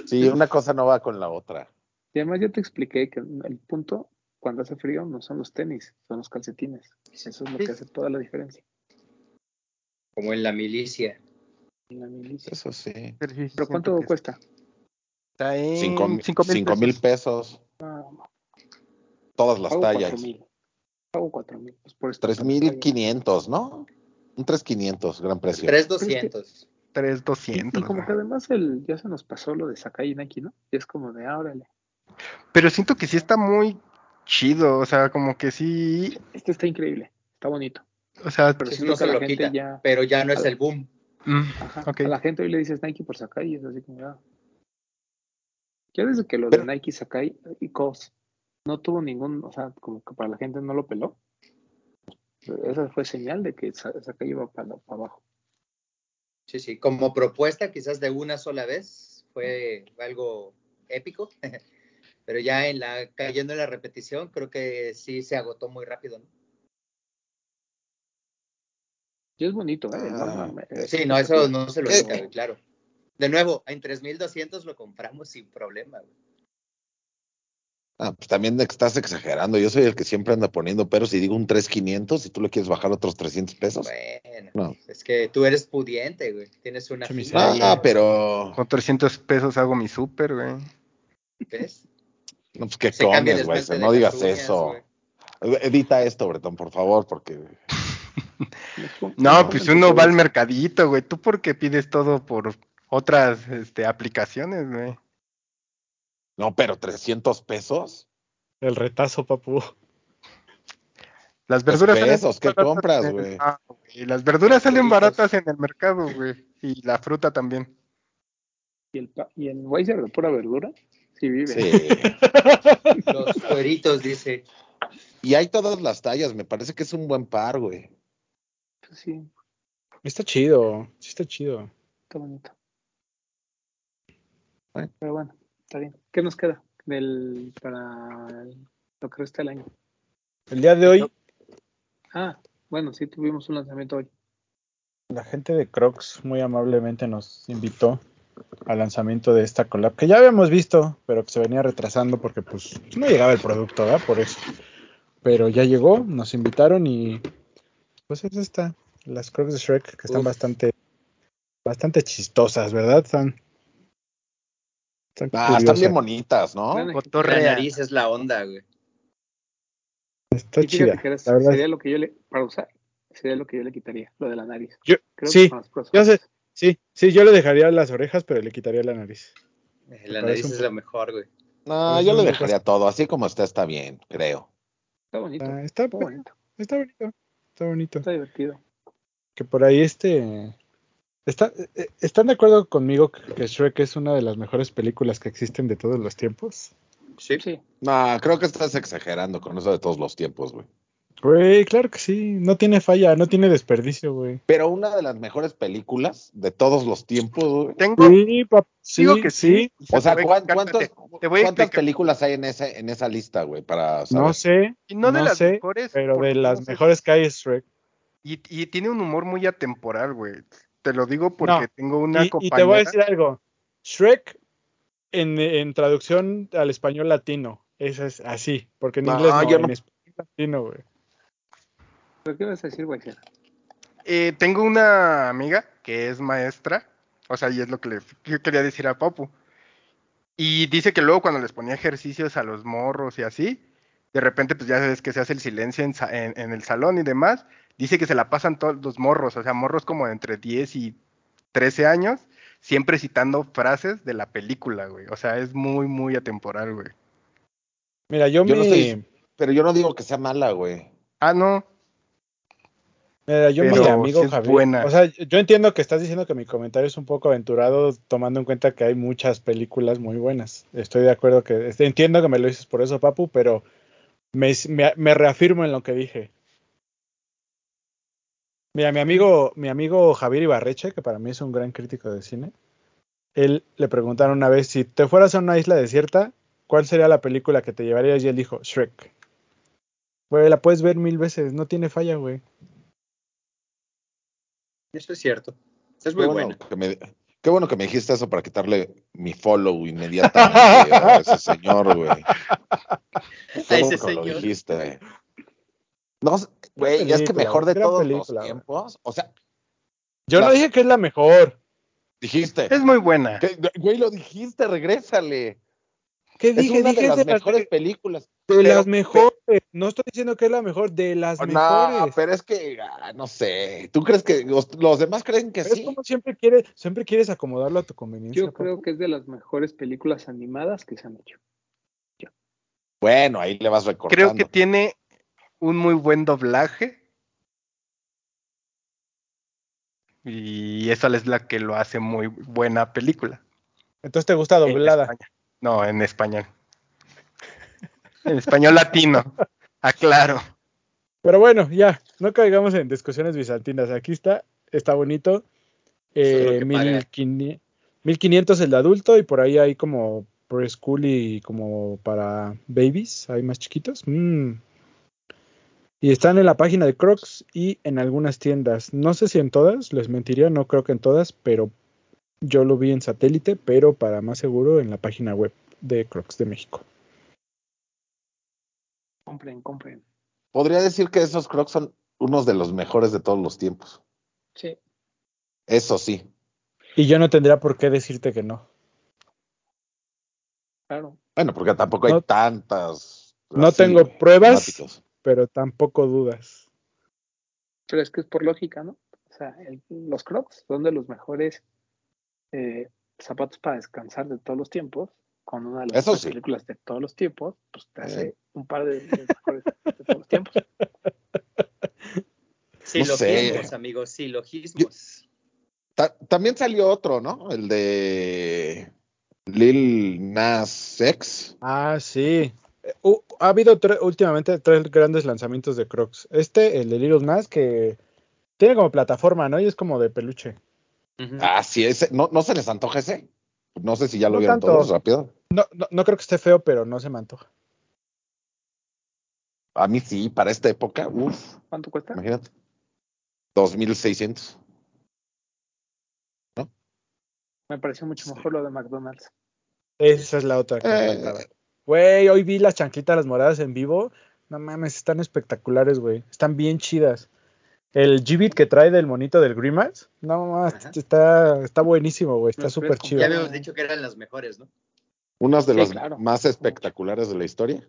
E: Sí, una cosa no va con la otra.
B: Y además ya te expliqué que el punto cuando hace frío no son los tenis, son los calcetines. Eso es lo que hace toda la diferencia.
G: como en la milicia.
B: en la milicia.
E: Eso sí.
C: Pero, sí,
B: ¿Pero
C: siento
B: cuánto
C: que es-
B: cuesta?
C: Está en
E: Cinco, mi-
C: cinco
E: cinco mil pesos,
B: Ah,
E: todas las
B: pago
E: tallas.
B: 4,000. Pago 4000. Pues por esto.
E: 3.500, ¿no? Un 3.500, gran precio.
D: 3200.
C: Tres
B: Y,
C: doscientos.
B: y como que además el, ya se nos pasó lo de Sakai Inaki, ¿no? Y es como de, ah, órale,
C: Pero siento que sí está muy chido, o sea, como que sí,
B: este está increíble, está bonito.
C: o sea,
B: Pero
D: Sí,
B: siento
D: no
B: que
D: se
B: la
D: lo
B: gente
D: quita,
B: ya.
D: pero ya no es el boom.
C: mm,
B: Ajá,
C: ok.
B: A la gente hoy le dices Nike por Sakai y es así como, ah. Ya desde que lo
E: Pero-
B: de Nike, Sakai y Cos no tuvo ningún, o sea, como que para la gente no lo peló. Esa fue señal de que Sa- Sakai iba para, la- para abajo.
D: Sí, sí, como propuesta quizás de una sola vez fue algo épico, pero ya en la cayendo en la repetición creo que sí se agotó muy rápido, ¿no?
B: Y es bonito, ¿eh?
E: Ah,
B: Enorme.
D: Sí, no, eso no se lo
E: Eh,
D: quita, güey, claro. De nuevo, en 3200 lo compramos sin problema, güey.
E: Ah, pues también estás exagerando. Yo soy el que siempre anda poniendo pero si digo un 3.500 si tú le quieres bajar otros 300 pesos.
D: Bueno,
E: No.
D: es que tú eres pudiente, güey. Tienes una
F: Che, mi
D: fibra,
E: Ah,
D: güey,
E: ah, pero.
C: Con 300 pesos hago mi súper, güey.
D: ¿ves?
E: No, pues, ¿qué
D: Se cambia el
E: comes, güey?
D: esmalte
E: No
D: de
E: digas
D: las uñas,
E: eso. E-,
D: güey.
E: Edita esto, Bretón, por favor, porque.
C: No,
E: No,
C: pues uno va al mercadito, güey. ¿Tú por qué pides todo por otras este, aplicaciones, güey?
E: No, pero 300 pesos.
F: El retazo, papu.
C: Las verduras salen
E: pesos, ¿qué
C: baratas
E: compras,
C: en el-
E: güey?
C: Ah, güey, Las verduras salen
D: Doritos.
C: baratas en el mercado, güey. Y la fruta también.
B: Y el, pa- y el Weiser de pura verdura, sí vive.
E: Sí.
D: Los cueritos, dice.
E: y hay todas las tallas. Me parece que es un buen par, güey.
B: Pues Sí,
F: Está chido, sí está chido.
B: está bonito.
E: Bueno.
B: Pero bueno, está bien. ¿Qué nos queda del, para el- lo que resta del año?
F: El día de hoy,
B: Ah, bueno, sí tuvimos un lanzamiento hoy.
F: la gente de Crocs muy amablemente nos invitó al lanzamiento de esta collab que ya habíamos visto, pero que se venía retrasando porque pues no llegaba el producto, ¿verdad? Por eso. Pero ya llegó, nos invitaron y pues es esta, las Crocs de Shrek que están
D: Uf.
F: bastante bastante chistosas, ¿verdad? Están están
E: Ah, están
F: curiosas.
E: bien bonitas, ¿no?
B: Bueno,
D: La
C: Cotorrea.
D: nariz es la onda, güey.
F: Está
B: y fíjate
F: chida.
B: que era-
F: la verdad.
B: sería lo que yo le, para usar, sería lo que yo le quitaría, lo de la nariz.
F: Yo-
B: Creo
F: sí,
B: que son las pros.
F: yo sé. Sí, sí, yo le dejaría las orejas, pero le quitaría la nariz.
D: La
F: parece
D: nariz
F: un
D: es la mejor, güey.
E: No,
F: Pues
E: yo
F: no
E: le
F: me
E: dejaría todo. Así como está, está bien, creo.
B: Está bonito,
F: Está,
B: está
F: Ah, está,
B: bonito,
F: está bonito. Está bonito.
B: está divertido.
F: Que por ahí este. está- eh, ¿Están de acuerdo conmigo que que Shrek es una de las mejores películas que existen de todos los tiempos?
D: Sí.
B: Sí,
E: No, creo que estás exagerando con eso de todos los tiempos, güey.
F: Güey, claro que sí. No tiene falla, no tiene desperdicio, güey.
E: Pero una de las mejores películas de todos los tiempos, güey.
C: Tengo,
F: Sí, pap- sí,
C: digo que sí.
E: O sea,
C: Te voy a-
E: ¿cuán-
C: cálmate.
E: cuántos-
C: te voy a
E: ¿cuántas
C: explicar.
E: películas hay en, ese, en esa lista, güey? Para saber.
F: No sé,
C: Y no de
F: no
C: las
F: sé,
C: mejores.
F: pero
C: porque
F: de las
C: no sé-
F: mejores que hay es Shrek.
C: Y, y tiene un humor muy atemporal, güey. Te lo digo porque
F: No,
C: tengo una
F: Y, y
C: compañera.
F: te voy a decir algo. Shrek, en, en traducción al español latino, eso es así, porque en
E: No,
F: inglés no,
E: yo
F: en
E: no-
F: español latino, güey.
B: pero ¿qué vas a decir, Weiser?
C: Eh, tengo una amiga que es maestra, o sea, y es lo que le yo quería decir a Papu. Y dice que luego cuando les ponía ejercicios a los morros y así, de repente pues ya sabes que se hace el silencio en, sa- en- en el salón y demás, dice que se la pasan todos los morros, o sea, morros como de entre 10 y 13 años, siempre citando frases de la película, güey. O sea, es muy, muy atemporal, güey.
F: Mira, yo,
E: Yo no
F: me,
E: estoy- Pero yo no digo que sea mala, güey.
C: Ah, no,
F: mira, yo mi
C: pero
F: amigo
C: sí es
F: Javier,
C: buena.
F: o sea, yo entiendo que estás diciendo que mi comentario es un poco aventurado, tomando en cuenta que hay muchas películas muy buenas. Estoy de acuerdo que este, entiendo que me lo dices por eso, Papu, pero me, me- me reafirmo en lo que dije. Mira, mi amigo, mi amigo Javier Ibarreche, que para mí es un gran crítico de cine, él le preguntaron una vez si te fueras a una isla desierta, ¿cuál sería la película que te llevarías? Y él dijo, Shrek. Güey, la puedes ver mil veces, no tiene falla, güey.
D: Eso es cierto. Es muy
E: Qué
D: buena.
E: Que me, Qué bueno que me dijiste eso para quitarle mi follow inmediatamente a ese señor, güey. Qué
D: A
E: bueno
D: ese
E: que lo
D: señor.
E: dijiste. No, sé, güey, es que
F: película,
E: mejor de
F: gran
E: todos
F: película,
E: los
F: güey.
E: tiempos. O sea,
F: Yo no
E: Las-
F: dije que es la mejor.
E: dijiste.
C: Es muy buena.
E: Que- Güey, lo dijiste, regrésale.
F: ¿Qué
E: Es
F: dije?
E: una
F: dije
E: de las
F: de las,
E: mejores películas.
F: de
E: pero-
F: las mejores. No estoy diciendo que es la mejor, de las
E: No,
F: mejores.
E: pero es que, ah, no sé. ¿Tú crees que los, los demás creen que
F: Pero
E: sí?
F: Es como siempre quieres, siempre quieres acomodarlo a tu conveniencia.
B: Yo creo
F: Paco.
B: que es de las mejores películas animadas que se han hecho.
E: Bueno, ahí le vas recortando.
C: Creo que tiene un muy buen doblaje. Y esa es la que lo hace muy buena película.
F: Entonces te gusta
C: En
F: doblada.
C: España. No, en español. En español latino. Ah, Aclaro.
F: Pero bueno, ya, no caigamos en discusiones bizantinas. Aquí está, está bonito.
D: Solo
F: Eh,
D: que
F: 1500 1500 el de adulto y por ahí hay como preschool y como para babies, hay más chiquitos. Mm. Y están en la página de Crocs y en algunas tiendas. No sé si en todas, les mentiría, no creo que en todas, pero yo lo vi en satélite, pero para más seguro en la página web de Crocs de México.
B: Compren, compren.
E: Podría decir que esos crocs son unos de los mejores de todos los tiempos.
B: Sí.
E: Eso sí.
F: Y yo no tendría por qué decirte que no.
B: Claro.
E: Bueno, porque tampoco hay
F: No-
E: tantas.
F: no
E: así,
F: tengo
E: güey,
F: pruebas.
E: fanáticos.
F: Pero tampoco dudas.
B: Pero es que es por lógica, ¿no? O sea, el- los crocs son de los mejores eh, zapatos para descansar de todos los tiempos. Con una de las
E: Eso
B: mejores
E: sí.
B: películas de todos los tiempos, pues te hace
E: Eh.
B: un par de, de mejores de todos los tiempos.
D: Silogismos,
E: sé.
D: amigos, silogismos.
E: Ta- también salió otro, ¿no? El de Lil Nas X.
F: Ah, sí. Eh, hu- ha habido tre- últimamente tres grandes lanzamientos de Crocs. Este, el de Little Nas, que tiene como plataforma, ¿no? Y es como de peluche.
D: Ujú.
E: Ah, sí, ese. ¿No, no se les antoja ese? No sé si ya lo
F: No
E: vieron
F: tanto.
E: todos rápido.
F: No, no, no creo que esté feo, pero no se me antoja.
E: A mí sí, para esta época, uff,
B: ¿Cuánto cuesta?
E: imagínate. 2600.
B: Me pareció mucho mejor lo de McDonald's.
F: Esa es la otra que me
E: Eh,
F: faltaba. Güey, hoy vi las chanclitas las moradas en vivo. No mames, están espectaculares, güey. Están bien chidas. El Gibbit que trae del monito del Grimace, no mames,
D: Ajá.
F: está, está buenísimo, güey. Está
B: Los
F: súper
B: tres
F: chido.
D: Ya
B: completos.
D: habíamos dicho que eran las mejores, ¿no?
E: unas de
B: Sí,
E: las
B: claro.
E: más espectaculares de la historia.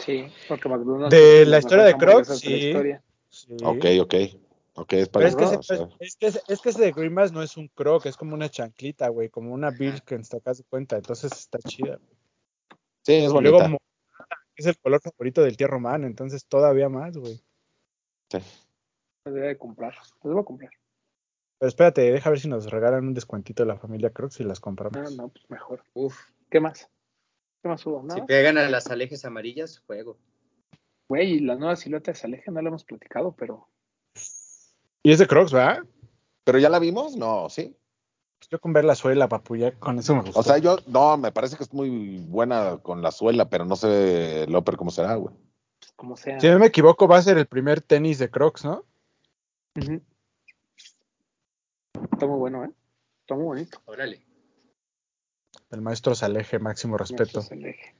B: Sí, porque McDonald's.
F: De
B: es
F: la
B: las
F: historia de
B: mejores hamburguesas
F: Crocs,
B: de la
F: sí.
B: historia.
F: Sí.
E: Ok, ok. Ok, es para
F: Pero es que,
E: eso,
F: ese, pues,
E: o sea.
F: no es, es que ese- es que ese de Grimas no es un croc, es como una chanclita, güey, como una Birkenstock, haz de cuenta, entonces está chida.
E: Sí, es
F: Y luego
E: bonita.
F: morada, que es el color favorito del tierra romano, entonces todavía más, güey.
B: Las voy a comprar. Las voy a comprar.
F: Pero espérate, deja ver si nos regalan un descuentito de la familia Croc si las compramos.
E: Ah,
B: No, no, pues mejor.
D: Uf,
B: ¿Qué más? ¿Qué más hubo?
D: si
B: Nada.
D: pegan a las alejes amarillas, juego.
B: Güey, y la nueva silueta de Saleje no la hemos platicado, pero
F: Y es de Crocs, ¿verdad?
E: Pero ya la vimos, no, sí.
F: Pues yo con ver la suela, papu, ya con eso me gustó.
E: O sea, yo, no, me parece que es muy buena con la suela, pero no sé el upper cómo será, güey.
B: pues, como sea.
F: Si no me equivoco, va a ser el primer tenis de Crocs, ¿no?
B: Ujú. Está muy bueno, ¿eh? Está muy bonito.
D: Órale.
F: El maestro Saleje, máximo respeto.
B: Nuestro Saleje.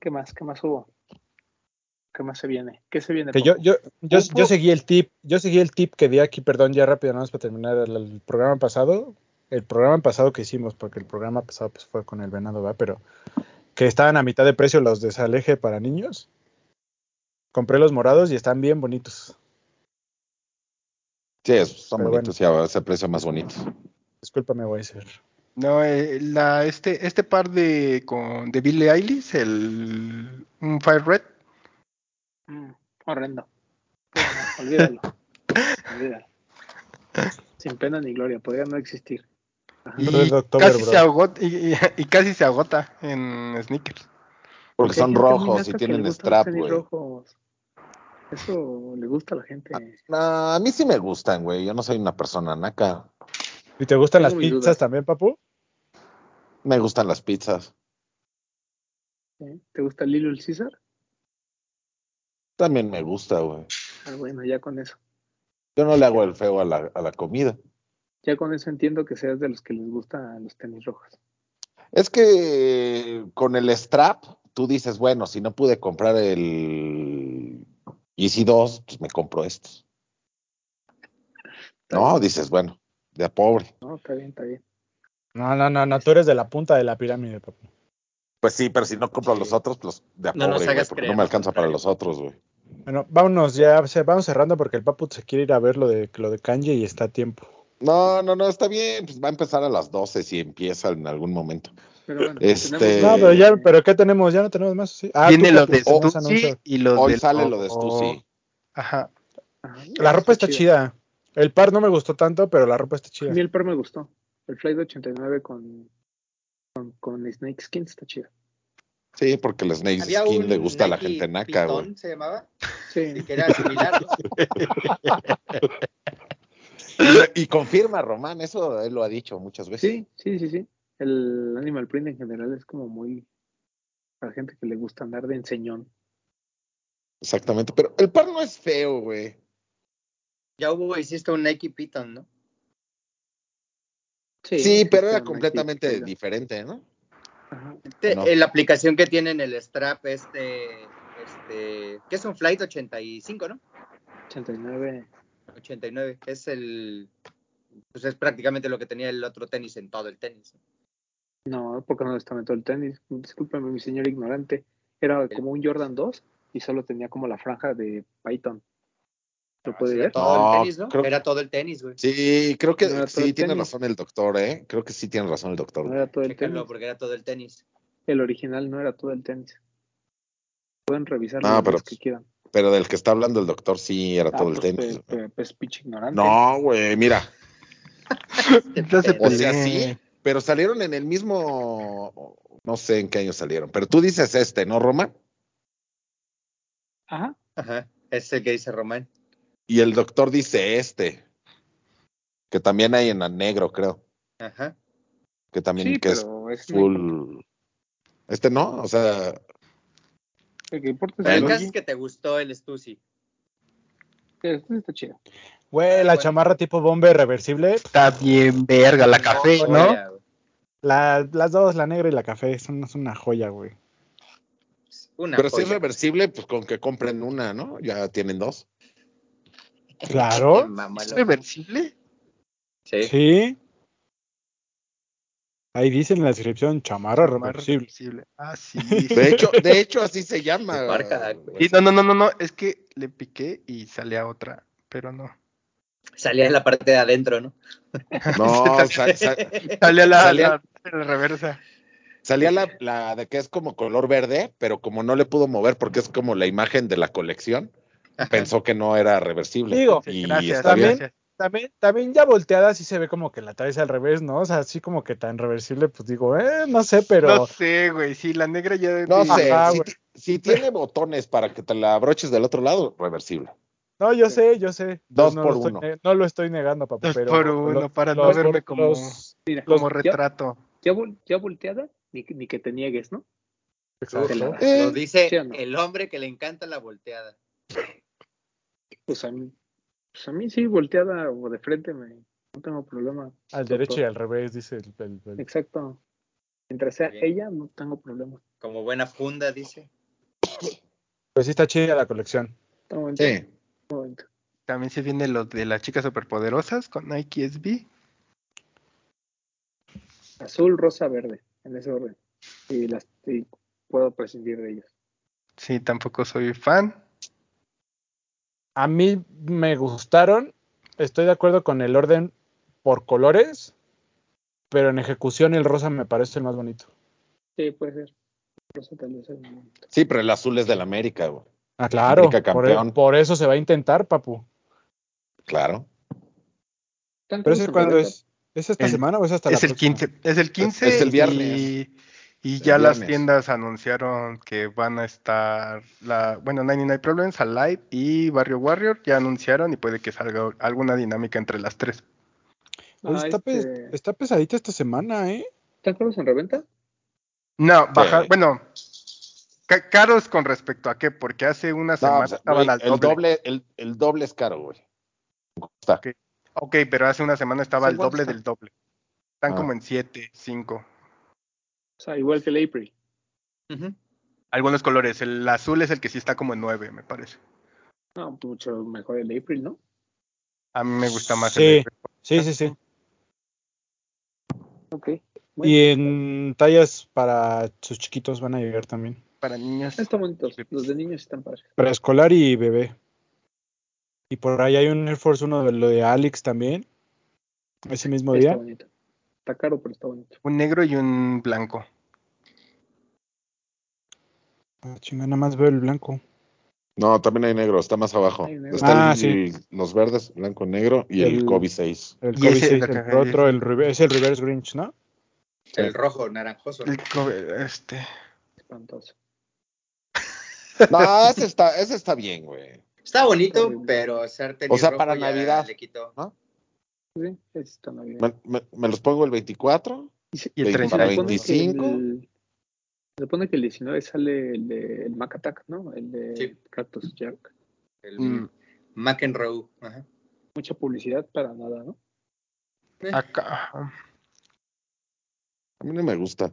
B: ¿Qué más? ¿Qué más hubo? ¿Qué más se viene? ¿Qué se viene?
F: Que yo,
B: Paco?
F: yo, yo,
E: Ojo.
F: yo seguí el tip, yo seguí el tip que di aquí, perdón, ya rápido, nada más para terminar el, el programa pasado, el programa pasado que hicimos, porque el programa pasado pues, fue con el venado, va, pero que estaban a mitad de precio los de Saleje para niños. Compré los morados y están bien bonitos.
E: Sí, es- son
F: Pero
E: bonitos, ya ese precio más bonito.
F: Discúlpame, voy a decir.
C: No, eh, la, este, este par de con de Billie Eilish, el un Fire Red,
B: Mm, horrendo. Pero no, olvídalo. olvídalo. Sin pena ni gloria. Podría no existir.
C: y
F: Red October,
C: casi
F: bro.
C: se agota, y, y- y casi se agota en sneakers.
E: Porque
B: Hay
E: son
B: gente muy
E: rojos
B: nata
E: y
B: que le
E: tienen
B: gustan los
E: strap,
B: tenis
E: güey.
B: rojos. Eso le gusta a la gente.
F: Ah.
E: No, a mí sí me gustan, güey. Yo no soy una persona naca.
F: ¿Y te gustan
B: Tengo
F: las
B: mis
F: pizzas
B: dudas.
F: también, papu?
E: Me gustan las pizzas.
B: ¿eh? ¿Te gusta Lilo el César?
E: También me gusta, güey.
B: Ah, bueno, ya con eso.
E: Yo no le hago el feo a la, a la comida.
B: Ya con eso entiendo que seas de los que les gustan los tenis rojos.
E: Es que con el strap, tú dices, bueno, si no pude comprar el Easy 2, pues me compro estos. No, dices, bueno, de a pobre.
B: No, está bien, está bien.
F: No, no, no, no, tú eres de la punta de la pirámide, papu.
E: Pues sí, pero si no compro los otros, pues de a
D: No nos
E: pobre, güey,
D: hagas
E: porque
D: creer
E: no
D: lo
E: me alcanza para
D: contrario.
E: los otros, güey.
F: Bueno, vámonos ya, o sea, vamos cerrando porque el papu se quiere ir a ver lo de, lo de Kanye y está a tiempo.
E: No, no, no, está bien, pues va a empezar a las 12 si empieza en algún momento.
B: Pero bueno,
E: Este-
B: tenemos-
F: No, pero ya, pero ¿qué tenemos? Ya no tenemos más. Sí. Ah,
C: Eh, Viene
F: tú,
C: lo
F: papu,
C: de
F: tenemos
C: Stussy
F: anuncios.
C: y los
E: Hoy
C: del-
E: sale lo de
C: oh,
E: Stussy.
C: Ajá.
B: Ajá,
F: La ropa está chida. El par no me gustó tanto, pero la ropa está
B: A
F: chida.
B: mí el par me gustó. El Flight 89 con, con, con Snake Skins está chido.
E: Sí, porque el Snake
D: Había
E: Skin
D: un
E: le gusta a la
D: Nike
E: gente naca, güey.
D: Pitón, se llamaba,
B: Sí.
D: y que era similar, ¿no?
E: Y, y confirma, Román, eso él lo ha dicho muchas veces.
B: Sí, sí, sí, sí. El animal print en general es como muy para gente que le gusta andar de enseñón.
E: Exactamente, pero el par no es feo, güey.
D: Ya hubo, hiciste un Nike Python, ¿no?
E: Sí, pero era completamente diferente, ¿no?
B: Ajá.
D: Te-
E: No.
D: eh, La aplicación que tienen el strap, este, este, que es un Flight 85, ¿no?
B: 89.
D: 89, es el, pues es prácticamente lo que tenía el otro tenis en todo el tenis.
B: No, porque no está todo el tenis. Discúlpeme, mi señor ignorante. Era como un Jordan 2 y solo tenía como la franja de Python. ¿Lo puede
D: Era
B: ver?
D: Ah, todo
E: No,
D: el tenis, ¿no?
E: creo-
D: Era todo el tenis, güey.
E: Sí, creo que
B: No era todo
E: sí
B: el
E: tiene
B: tenis. Ah.
E: razón el doctor, ¿eh? Creo que sí tiene razón el doctor.
B: No era todo el tenis.
D: Chécalo, porque era todo el tenis.
B: El original no era todo el tenis. Pueden revisarlo
E: No,
B: los
E: Ah, pero-
B: que quieran.
E: Pero del que está hablando el doctor sí era
B: Ah,
E: todo el
B: pues,
E: tenis.
B: pe- pe- pues, pinche ignorante.
E: No, güey, mira.
C: No se
E: Eh, O sea,
C: peleen.
E: sí, pero salieron en el mismo. No sé en qué año salieron. Pero tú dices este, ¿no, Román?
B: Ajá.
D: Ajá, es el que dice Román.
E: Y el doctor dice este. Que también hay en el negro, creo.
D: Ajá.
E: Que también
B: Sí,
E: que
B: pero es
E: es full. Este no, o sea,
B: Lo que importa es
D: Pero el
E: Bueno.
D: caso es que te gustó el Stussy.
B: que el tenis está chido.
F: Güey, la
D: Bueno.
F: chamarra tipo bomber reversible.
C: Está bien verga la café,
E: eh,
C: ¿no?
D: Joya, güey.
F: la- las dos, la negra y la café, son, son una joya, güey.
D: Una
E: pero si es
D: joya.
E: reversible, pues con que compren una, ¿no? Ya tienen dos.
F: Claro.
C: ¿Es
D: Mamalo.
C: reversible?
D: Sí.
F: Sí. Ahí dice en la descripción, chamarra reversible.
C: reversible. Ah, sí.
E: De hecho, de hecho así se llama.
D: Tu marca, güey.
E: güey.
C: Sí, no, no, no, no, no, es que le piqué y salía otra, pero no.
D: Salía en la parte de adentro, ¿no?
E: No, sa- sa-
C: Salía la,
E: Salía-
C: la- la reversa.
E: salía la, la de que es como color verde, pero como no le pudo mover porque es como la imagen de la colección, pensó que no era reversible.
F: Digo,
E: y
C: gracias,
E: está bien.
C: gracias.
F: También, también ya volteada sí se ve como que la traes al revés, ¿no? O sea, así como que tan reversible, pues digo, eh, no sé, pero...
C: No sé, güey, sí, la negra ya...
E: No sé,
F: Ajá,
E: si,
F: güey.
E: ti- si tiene botones para que te la abroches del otro lado, reversible.
F: No, yo sé, yo sé. Pues
E: Dos
F: no
E: por
F: lo estoy
E: uno.
F: ne- No lo estoy negando, papá.
C: Dos
F: pero
C: por uno,
F: lo-
C: para no
F: los
C: verme
F: bor-
C: como-
F: los-
B: Mira,
C: Como
B: ya,
C: retrato.
B: ya vol- ya volteada, ni, que- ni que te niegues, ¿no?
F: Exacto.
B: Te la-
D: Lo
E: Eh,
D: dice
B: ¿sí o no?
D: el hombre que le encanta la volteada.
B: Pues a mí, pues a mí sí, volteada o de frente, me, no tengo problema.
F: Al derecho y al revés, dice el... el- el-
B: Exacto. Mientras sea
D: Bien.
B: ella, no tengo problema.
D: Como buena funda, dice.
F: Pues sí está chida la colección.
B: Está bonito,
E: sí.
B: está bonito.
C: También se viene lo de las chicas superpoderosas con Nike SB.
B: Azul, rosa, verde, en ese orden. Y, las, y puedo prescindir de ellas.
C: Sí, tampoco soy fan.
F: A mí me gustaron. Estoy de acuerdo con el orden por colores, pero en ejecución el rosa me parece el más bonito.
B: Sí, puede ser. Rosa tal vez es un-
E: Sí, pero el azul es del América, güey.
F: Ah, claro.
E: América
F: Por,
E: campeón.
F: por eso se va a intentar, papu.
E: Claro.
B: ¿Están
F: Pero ese
B: todos
F: cuándo
B: contentos?
F: es. ¿Es esta
C: El-
F: semana o es hasta la
C: es el
F: próxima?
C: 15, es el 15
E: es el viernes.
C: y, y
E: El
C: ya las
E: viernes.
C: tiendas anunciaron que van a estar la bueno 99 Problems, Alive y Barrio Warrior ya anunciaron y puede que salga alguna dinámica entre las tres.
F: Oye,
B: Ah,
F: está, pe-
B: este,
F: está pesadita esta semana, ¿eh?
B: ¿Están todos en reventa?
C: No, baja,
E: Sí.
C: bueno, ca- caros con respecto a qué, porque hace una
E: No,
C: semana
E: pues,
C: estaban
E: güey,
C: al
E: el
C: doble.
E: doble, el, el doble es caro, güey. Está.
C: Ok. Ok, pero hace una semana estaba el
B: ¿Cuánto
C: doble
B: está?
C: del doble. Están
E: Ah.
C: como en 7, 5.
B: O sea, igual que el April.
D: Ujú.
C: Algunos colores. El azul es el que sí está como en 9, me parece.
B: No, mucho mejor el April, ¿no?
C: A mí me gusta más
F: Sí.
C: el verde.
F: Sí, sí, sí.
B: Ok. Bueno,
F: Y eh, en tallas para sus chiquitos van a llegar también.
C: para niños.
B: Están bonitos. Los de niños están padres.
F: Preescolar y bebé. Y por ahí hay un Air Force uno de lo de Alex también. Ese mismo
B: Está
F: día.
B: bonito. Está caro, pero está bonito.
C: Un negro y un blanco.
F: Ah, chinga, nada más veo el blanco.
E: No, también hay negro, está más abajo.
B: Hay negro.
E: Está
F: Ah,
E: el-
F: sí.
E: el- los verdes, blanco, negro y el,
F: El-
E: Kobe 6.
F: El
C: Y
F: Kobe
C: ese-
F: 6,
C: la
F: el
C: caja-
F: otro, el rever- es el Reverse Grinch, ¿no?
E: Sí.
D: El rojo, naranjoso. ¿no?
C: El co- este.
B: Espantoso.
E: No, ese está, ese está bien, güey.
D: Está bonito,
B: Horrible.
D: pero ser tenis
E: O sea,
D: rojo
E: para
D: ya
E: Navidad.
D: Le quitó.
B: Sí, está navideño.
E: Me, me- me los pongo el 24.
B: Y se,
C: Y el
E: Veinte-
C: 30.
E: para
B: se supone que
E: 25.
B: el- se supone que el 19 sale el, de, el Mac Attack, ¿no? El de
D: Sí.
B: Cactus Jack.
D: El
C: Mm,
D: McEnroe. Ajá.
B: Mucha publicidad para nada, ¿no?
C: acá.
E: A mí no me gusta.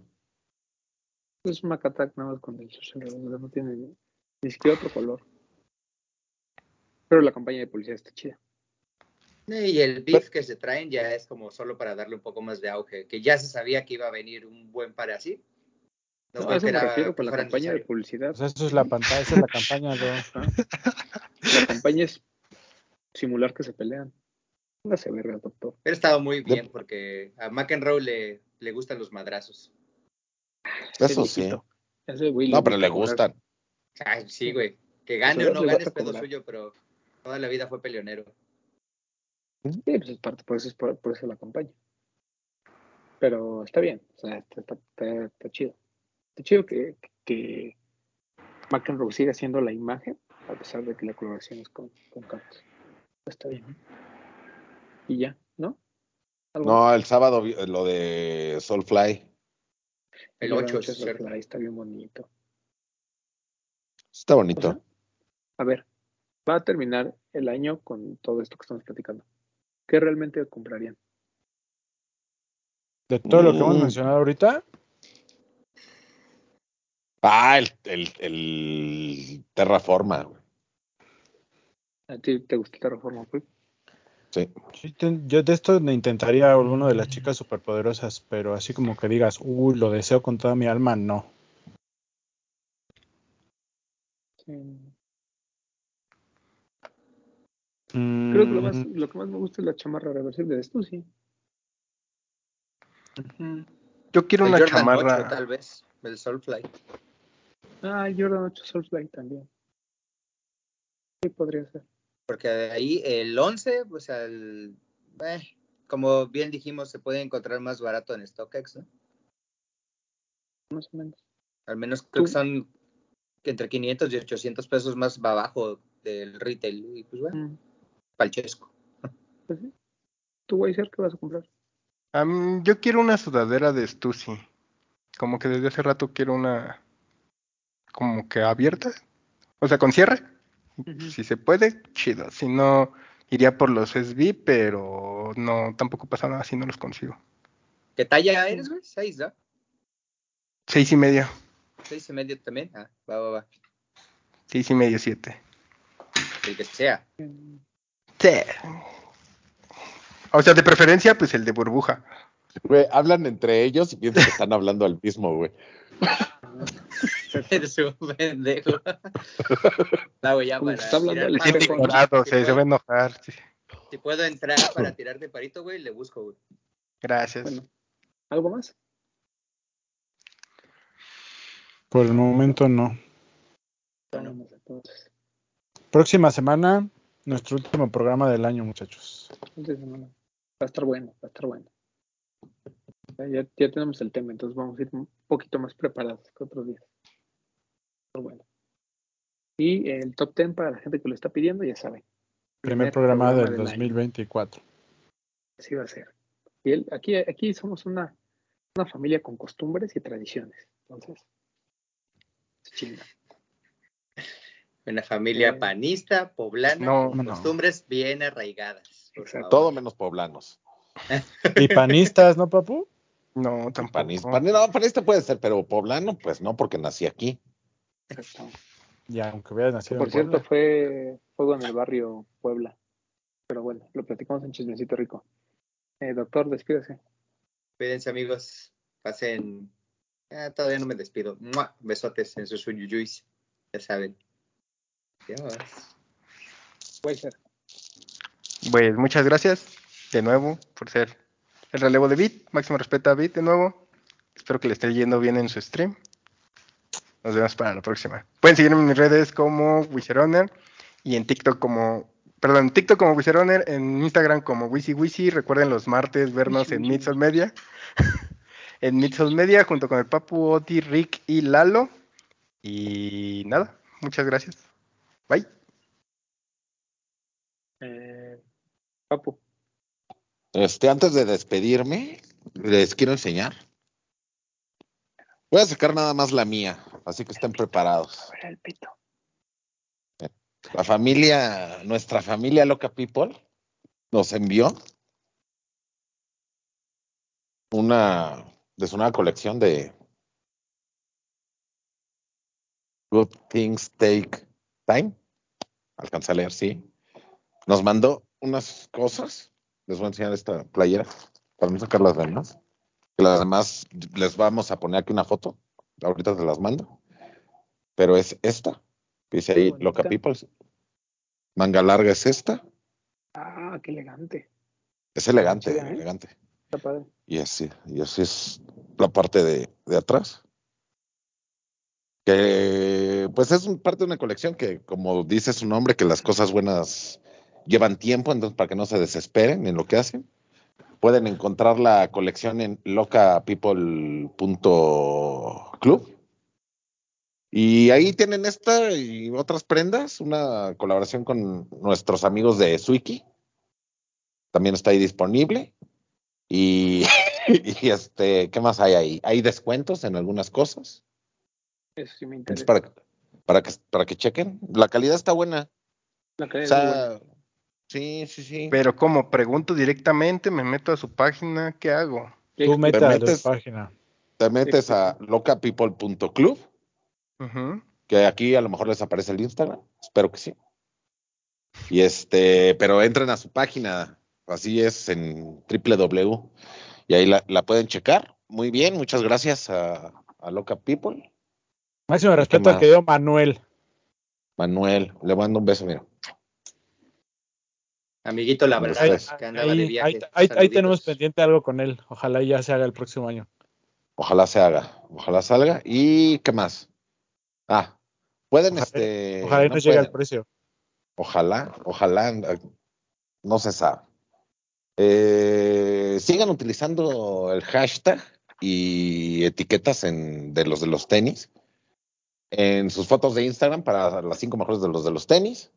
B: Es Mac Attack nada más con el social, o sea, no tiene ni- ni siquiera otro color. Pero la campaña de publicidad está chida.
D: Y el beef que se traen ya es como solo para darle un poco más de auge, que ya se sabía que iba a venir un buen para así.
B: No, a
D: fue
B: eso me
D: esperar a
B: refiero con
D: que
B: la
D: fuera
B: campaña de
D: necesario.
B: publicidad.
F: O sea, eso es la pantalla, esa es la campaña, bro.
B: La campaña es simular que se pelean. No se verga, doctor.
D: Pero estaba muy bien porque a McEnroe le, le gustan los madrazos.
B: Ese
E: Eso sí.
B: viejito. Ese güey
E: No, pero le
B: cobrar.
E: gustan.
D: Ay, sí, güey. Que gane
B: Pero
D: o no
B: le
D: gane
B: vas a
D: es pedo
B: cobrar.
D: suyo, pero toda la vida fue peleonero.
B: Sí, pues es parte, por eso es por, por eso la campaña. Pero está bien, o sea, está, está- está- está chido. Está chido que, que McEnroe siga siendo la imagen, a pesar de que la coloración es con, con Cactus. Está bien. Y ya, ¿no? ¿Algo más?
E: No, el sábado vi- lo de Soulfly.
D: El
B: Yo veo
D: 8 es
B: mucho
D: cierto.
B: Soulfly, está bien bonito.
E: Está
B: O sea,
E: bonito.
B: a ver, va a terminar el año con todo esto que estamos platicando. ¿Qué realmente comprarían?
F: De todo lo que hemos
E: Mm.
F: mencionado ahorita,
E: Ah, el, el, el Terraforma, güey.
B: ¿A ti te gusta Terraforma Crew?
E: Sí.
F: yo ten- yo de esto me intentaría alguno de las chicas superpoderosas, pero así como que digas, uy, lo deseo con toda mi alma, no.
B: Creo que lo,
F: Mm,
B: más, lo que más me gusta es la chamarra reversible de esto, sí.
C: Yo quiero
D: El
C: una
D: Jordan
C: chamarra.
D: 8, tal vez. El Soulfly.
B: Ah, Jordan 8 Soulfly también. Sí, podría ser.
D: Porque ahí el 11, o sea, el- eh, como bien dijimos, se puede encontrar más barato en StockX, ¿no?
B: Más o menos.
D: Al menos creo que
B: Tú-
D: son que entre 500 y 800 pesos más va abajo del retail. Y pues bueno,
B: Mm,
D: palchesco.
B: pues ¿Tú, Weiser, qué vas a comprar?
C: A mí- yo quiero una sudadera de Stussy. Como que desde hace rato quiero una como que abierta. O sea, con cierre. Si se puede, chido. Si no, iría por los SB, pero no, tampoco pasa nada si no los consigo.
D: ¿Qué talla eres, güey? Seis, ¿no?
C: Seis y medio.
D: Seis y medio también. Ah, va, va, va.
C: Seis y medio, siete.
D: El que sea.
C: O sea, de preferencia, pues el de burbuja.
E: Güey, hablan entre ellos y piensan que están hablando al mismo, güey.
D: Eres un pendejo. No, güey, ya
B: Como
D: para
B: que está hablando
D: tirarme
B: al
C: Se siente
D: paro,
B: espejo.
D: güey.
C: ignorado,
D: Si
C: se, se va a
D: puedo-
C: enojar. sí.
D: Si puedo entrar para tirarme parito, güey, le busco, güey.
C: Gracias.
B: Bueno. ¿Algo más?
F: por el momento no.
D: Bueno.
B: Vamos, entonces.
F: Próxima semana, nuestro último programa del año, muchachos.
B: Entonces, no, no. Va a estar bueno, va a estar bueno. Ya, ya- ya tenemos el tema, entonces vamos a ir un poquito más preparados que otros días. Pero bueno. Y el top 10 para la gente que lo está pidiendo, ya saben.
F: Primer programa del
B: del año.
F: 2024.
B: Así va a ser. Y el- aquí, aquí somos una, una familia con costumbres y tradiciones. Entonces, se chinga.
D: Una familia
B: Eh.
D: panista, poblana,
C: No,
D: con
F: no.
D: costumbres bien arraigadas. por favor.
E: Todo menos poblanos.
F: Y panistas, ¿no, papu?
C: No, tampoco.
E: Panis, pan- no, panista puede ser, pero poblano, pues no, porque nací aquí.
F: Y aunque hubieras nacido
B: Por
F: en
B: cierto,
F: Puebla.
B: fue fuego en el barrio Puebla. Pero bueno, lo platicamos en Chismecito Rico. Eh, doctor, despídase.
D: Cuídense, amigos. Pasen. Ah, todavía no me despido. ¡Mua! Besotes en sus uyuyuis. Ya saben. Adiós.
B: Weiser.
C: Pues muchas gracias de nuevo por ser el relevo de Bit. Máximo respeto a Bit de nuevo. Espero que le esté yendo bien en su stream. Nos vemos para la próxima. Pueden seguirme en mis redes como Wizardhunter y en TikTok como. Perdón, en TikTok como Wizardhunter, en Instagram como WisiWisi. Recuerden los martes vernos en Midsol Media. en Midsol Media junto con el Papu, Oti, Rick y Lalo. Y nada, muchas gracias. Bye.
B: Eh, Papu.
E: Este, antes de despedirme, les quiero enseñar. Voy a sacar nada más la mía, así que estén preparados.
B: Fuera el pito.
E: La familia, nuestra familia Loca People, nos envió una de su nueva colección de Good Things Take Time. Alcanza a leer, sí. Nos mandó unas cosas. Les voy a enseñar esta playera para no sacar las demás. Que Las demás les vamos a poner aquí una foto. Ahorita te las mando. Pero es esta. Dice
B: Qué
E: ahí
B: bonita.
E: Loca People. Manga larga es esta.
B: Ah, qué elegante.
E: Es elegante,
B: Chida, ¿eh?
E: elegante.
B: Está padre.
E: Y así, y así es la parte de, de atrás. Que pues es un- parte de una colección que, como dice su nombre, que las cosas buenas llevan tiempo, entonces para que no se desesperen en lo que hacen. Pueden encontrar la colección en locapeople.club. Y ahí tienen esta y otras prendas, una colaboración con nuestros amigos de Swiki. También está ahí disponible. Y, y, este, ¿qué más hay ahí? Hay descuentos en algunas cosas.
B: Eso sí me
E: Entonces,
B: interesa.
E: para, para, que, para que chequen. La calidad está buena.
B: La
E: O
B: calidad es muy buena.
E: sea, sí, sí, sí.
C: Pero como pregunto directamente, me meto a su página, ¿qué hago?
B: Ya
F: Tú
B: expliqué.
F: meta a tu
E: metes-
F: página.
E: Te metes a locapeople.club,
C: Ujú.
E: que aquí a lo mejor les aparece el Instagram. Espero que sí. Y este, pero entren a su página. Así es en www. Y ahí la, la pueden checar. Muy bien, muchas gracias a, a Loca People.
F: Máximo respeto al
E: más?
F: querido Manuel.
E: Manuel, le mando un beso, mira.
D: Amiguito la
E: Pues,
D: verdad
F: Ahí,
E: pues,
D: que andaba de
F: ahí,
D: viaje.
F: ahí- ahí- ahí tenemos
D: Saluditos.
F: pendiente algo con él. Ojalá ya se haga el próximo año.
E: Ojalá se haga, ojalá salga. ¿Y qué más? Ah, pueden,
F: Ojalá-
E: este.
F: Ojalá y
E: no
F: nos llegue al
E: pueden.
F: precio.
E: Ojalá, ojalá, eh, no se sabe. Eh, sigan utilizando el hashtag y etiquetas en, de los de los tenis en sus fotos de Instagram para las cinco mejores de los de los tenis.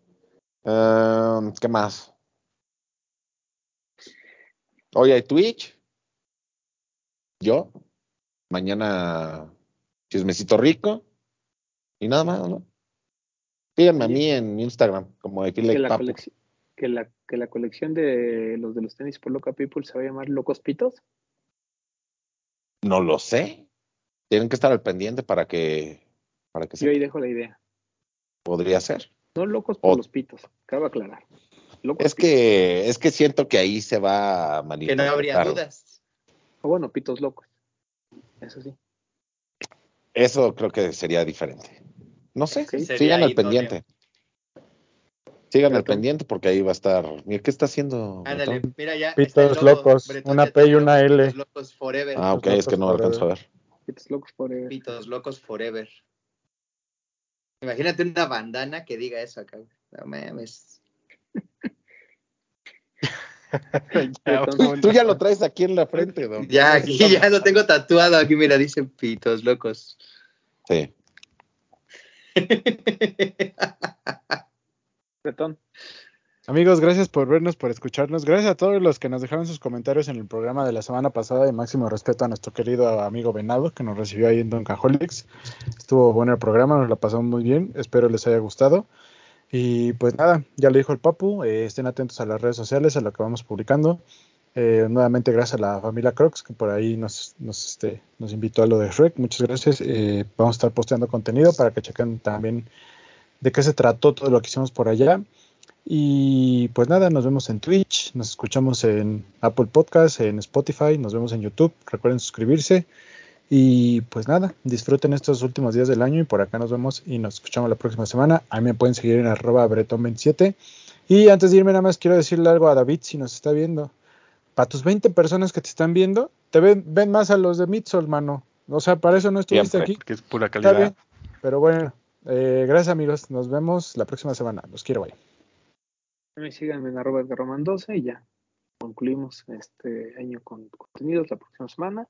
E: Eh, ¿Qué más? Hoy hay Twitch. Yo. Mañana chismecito rico. Y nada más, ¿no? Síganme a mí en Instagram, como aquí
B: que
E: le
B: la, colec- que, la, que la colección de los de los tenis por Loca People se va a llamar Locos Pitos.
E: No lo sé. Tienen que estar al pendiente para que, para que
B: Yo
E: se
B: ahí dejo la idea.
E: podría hacer.
B: No locos por
E: Ot-
B: los pitos, cabe aclarar. Locos
E: Es que, es que siento que ahí se va a
D: Que no
E: malinterpretar.
D: habría dudas.
B: pitos. O bueno, pitos locos. Eso sí.
E: Eso creo que sería diferente. No sé,
B: Sí,
D: sería
E: sigan al
D: idóneo.
E: pendiente. Sigan al
B: Pero-
E: pendiente porque ahí va a estar. Mira, ¿qué está haciendo?
D: Ándale,
E: Bretón?
D: mira ya.
F: Pitos
D: está el logo,
F: locos,
D: Bretón
F: una
D: ya
F: P y
D: tiene
F: una
D: logo,
F: L.
D: Pitos locos forever.
E: Ah, ok,
F: Los
E: es que no
F: locos
E: alcanzo a ver.
B: Pitos locos por eh,
D: Pitos locos forever. Imagínate una bandana que diga eso acá. güey. No mames.
B: Entonces,
C: Ya, vámonos.
E: Ah, Tú pues, ya lo traes aquí en la frente, don.
D: Ya aquí ya lo tengo tatuado. Aquí mira, dice pitos locos.
E: Sí.
B: Bretón.
F: Amigos, gracias por vernos, por escucharnos. Gracias a todos los que nos dejaron sus comentarios en el programa de la semana pasada y máximo respeto a nuestro querido amigo Venado que nos recibió ahí en Don Cajolix. Estuvo bueno el programa, nos la pasamos muy bien. Espero les haya gustado. Y pues nada, ya lo dijo el Papu, eh, estén atentos a las redes sociales, a lo que vamos publicando. Eh, nuevamente gracias a la familia Crocs que por ahí nos, nos, este, nos invitó a lo de Shrek. Muchas gracias. Eh, vamos a estar posteando contenido para que chequen también de qué se trató todo lo que hicimos por allá. Y pues nada, nos vemos en Twitch, nos escuchamos en Apple Podcast, en Spotify, nos vemos en YouTube. Recuerden suscribirse. Y pues nada, disfruten estos últimos días del año y por acá nos vemos y nos escuchamos la próxima semana. A mí me pueden seguir en arroba breton27. Y antes de irme nada más quiero decirle algo a David si nos está viendo. Para tus 20 personas que te están viendo, te ven, ven más a los de Mitzol, mano. O sea, para eso no estuviste
E: Siempre.
F: aquí.
C: que es pura
F: Está
C: calidad.
F: bien. Pero bueno, eh, gracias amigos. Nos vemos la próxima semana. Los quiero, bye.
B: A mí síganme en arroba Roman 12 y ya concluimos este año con contenidos la próxima semana.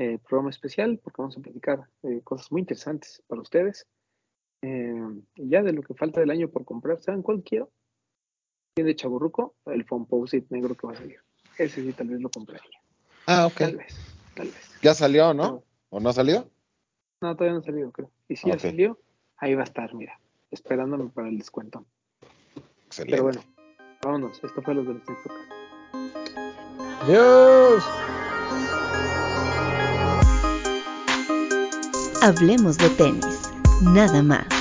B: eh, programa especial porque vamos a platicar eh, cosas muy interesantes para ustedes. Eh, y ya de lo que falta del año por comprar, ¿saben cuál quiero? Tiene Chaburruco, el Fomposit negro que va a salir. Ese sí tal vez lo compraría.
E: Ah,
B: Tal
E: ok.
B: vez, tal vez.
E: Ya salió, ¿no? ¿O no salió?
B: No, todavía no ha salido, creo. Y si
E: Ok.
B: ya salió, ahí va a estar, mira, esperándome para el descuento.
E: Excelente.
B: Pero bueno, vámonos. Esto fue los de los TikToks.
F: Adiós.
A: Hablemos de tenis, nada más.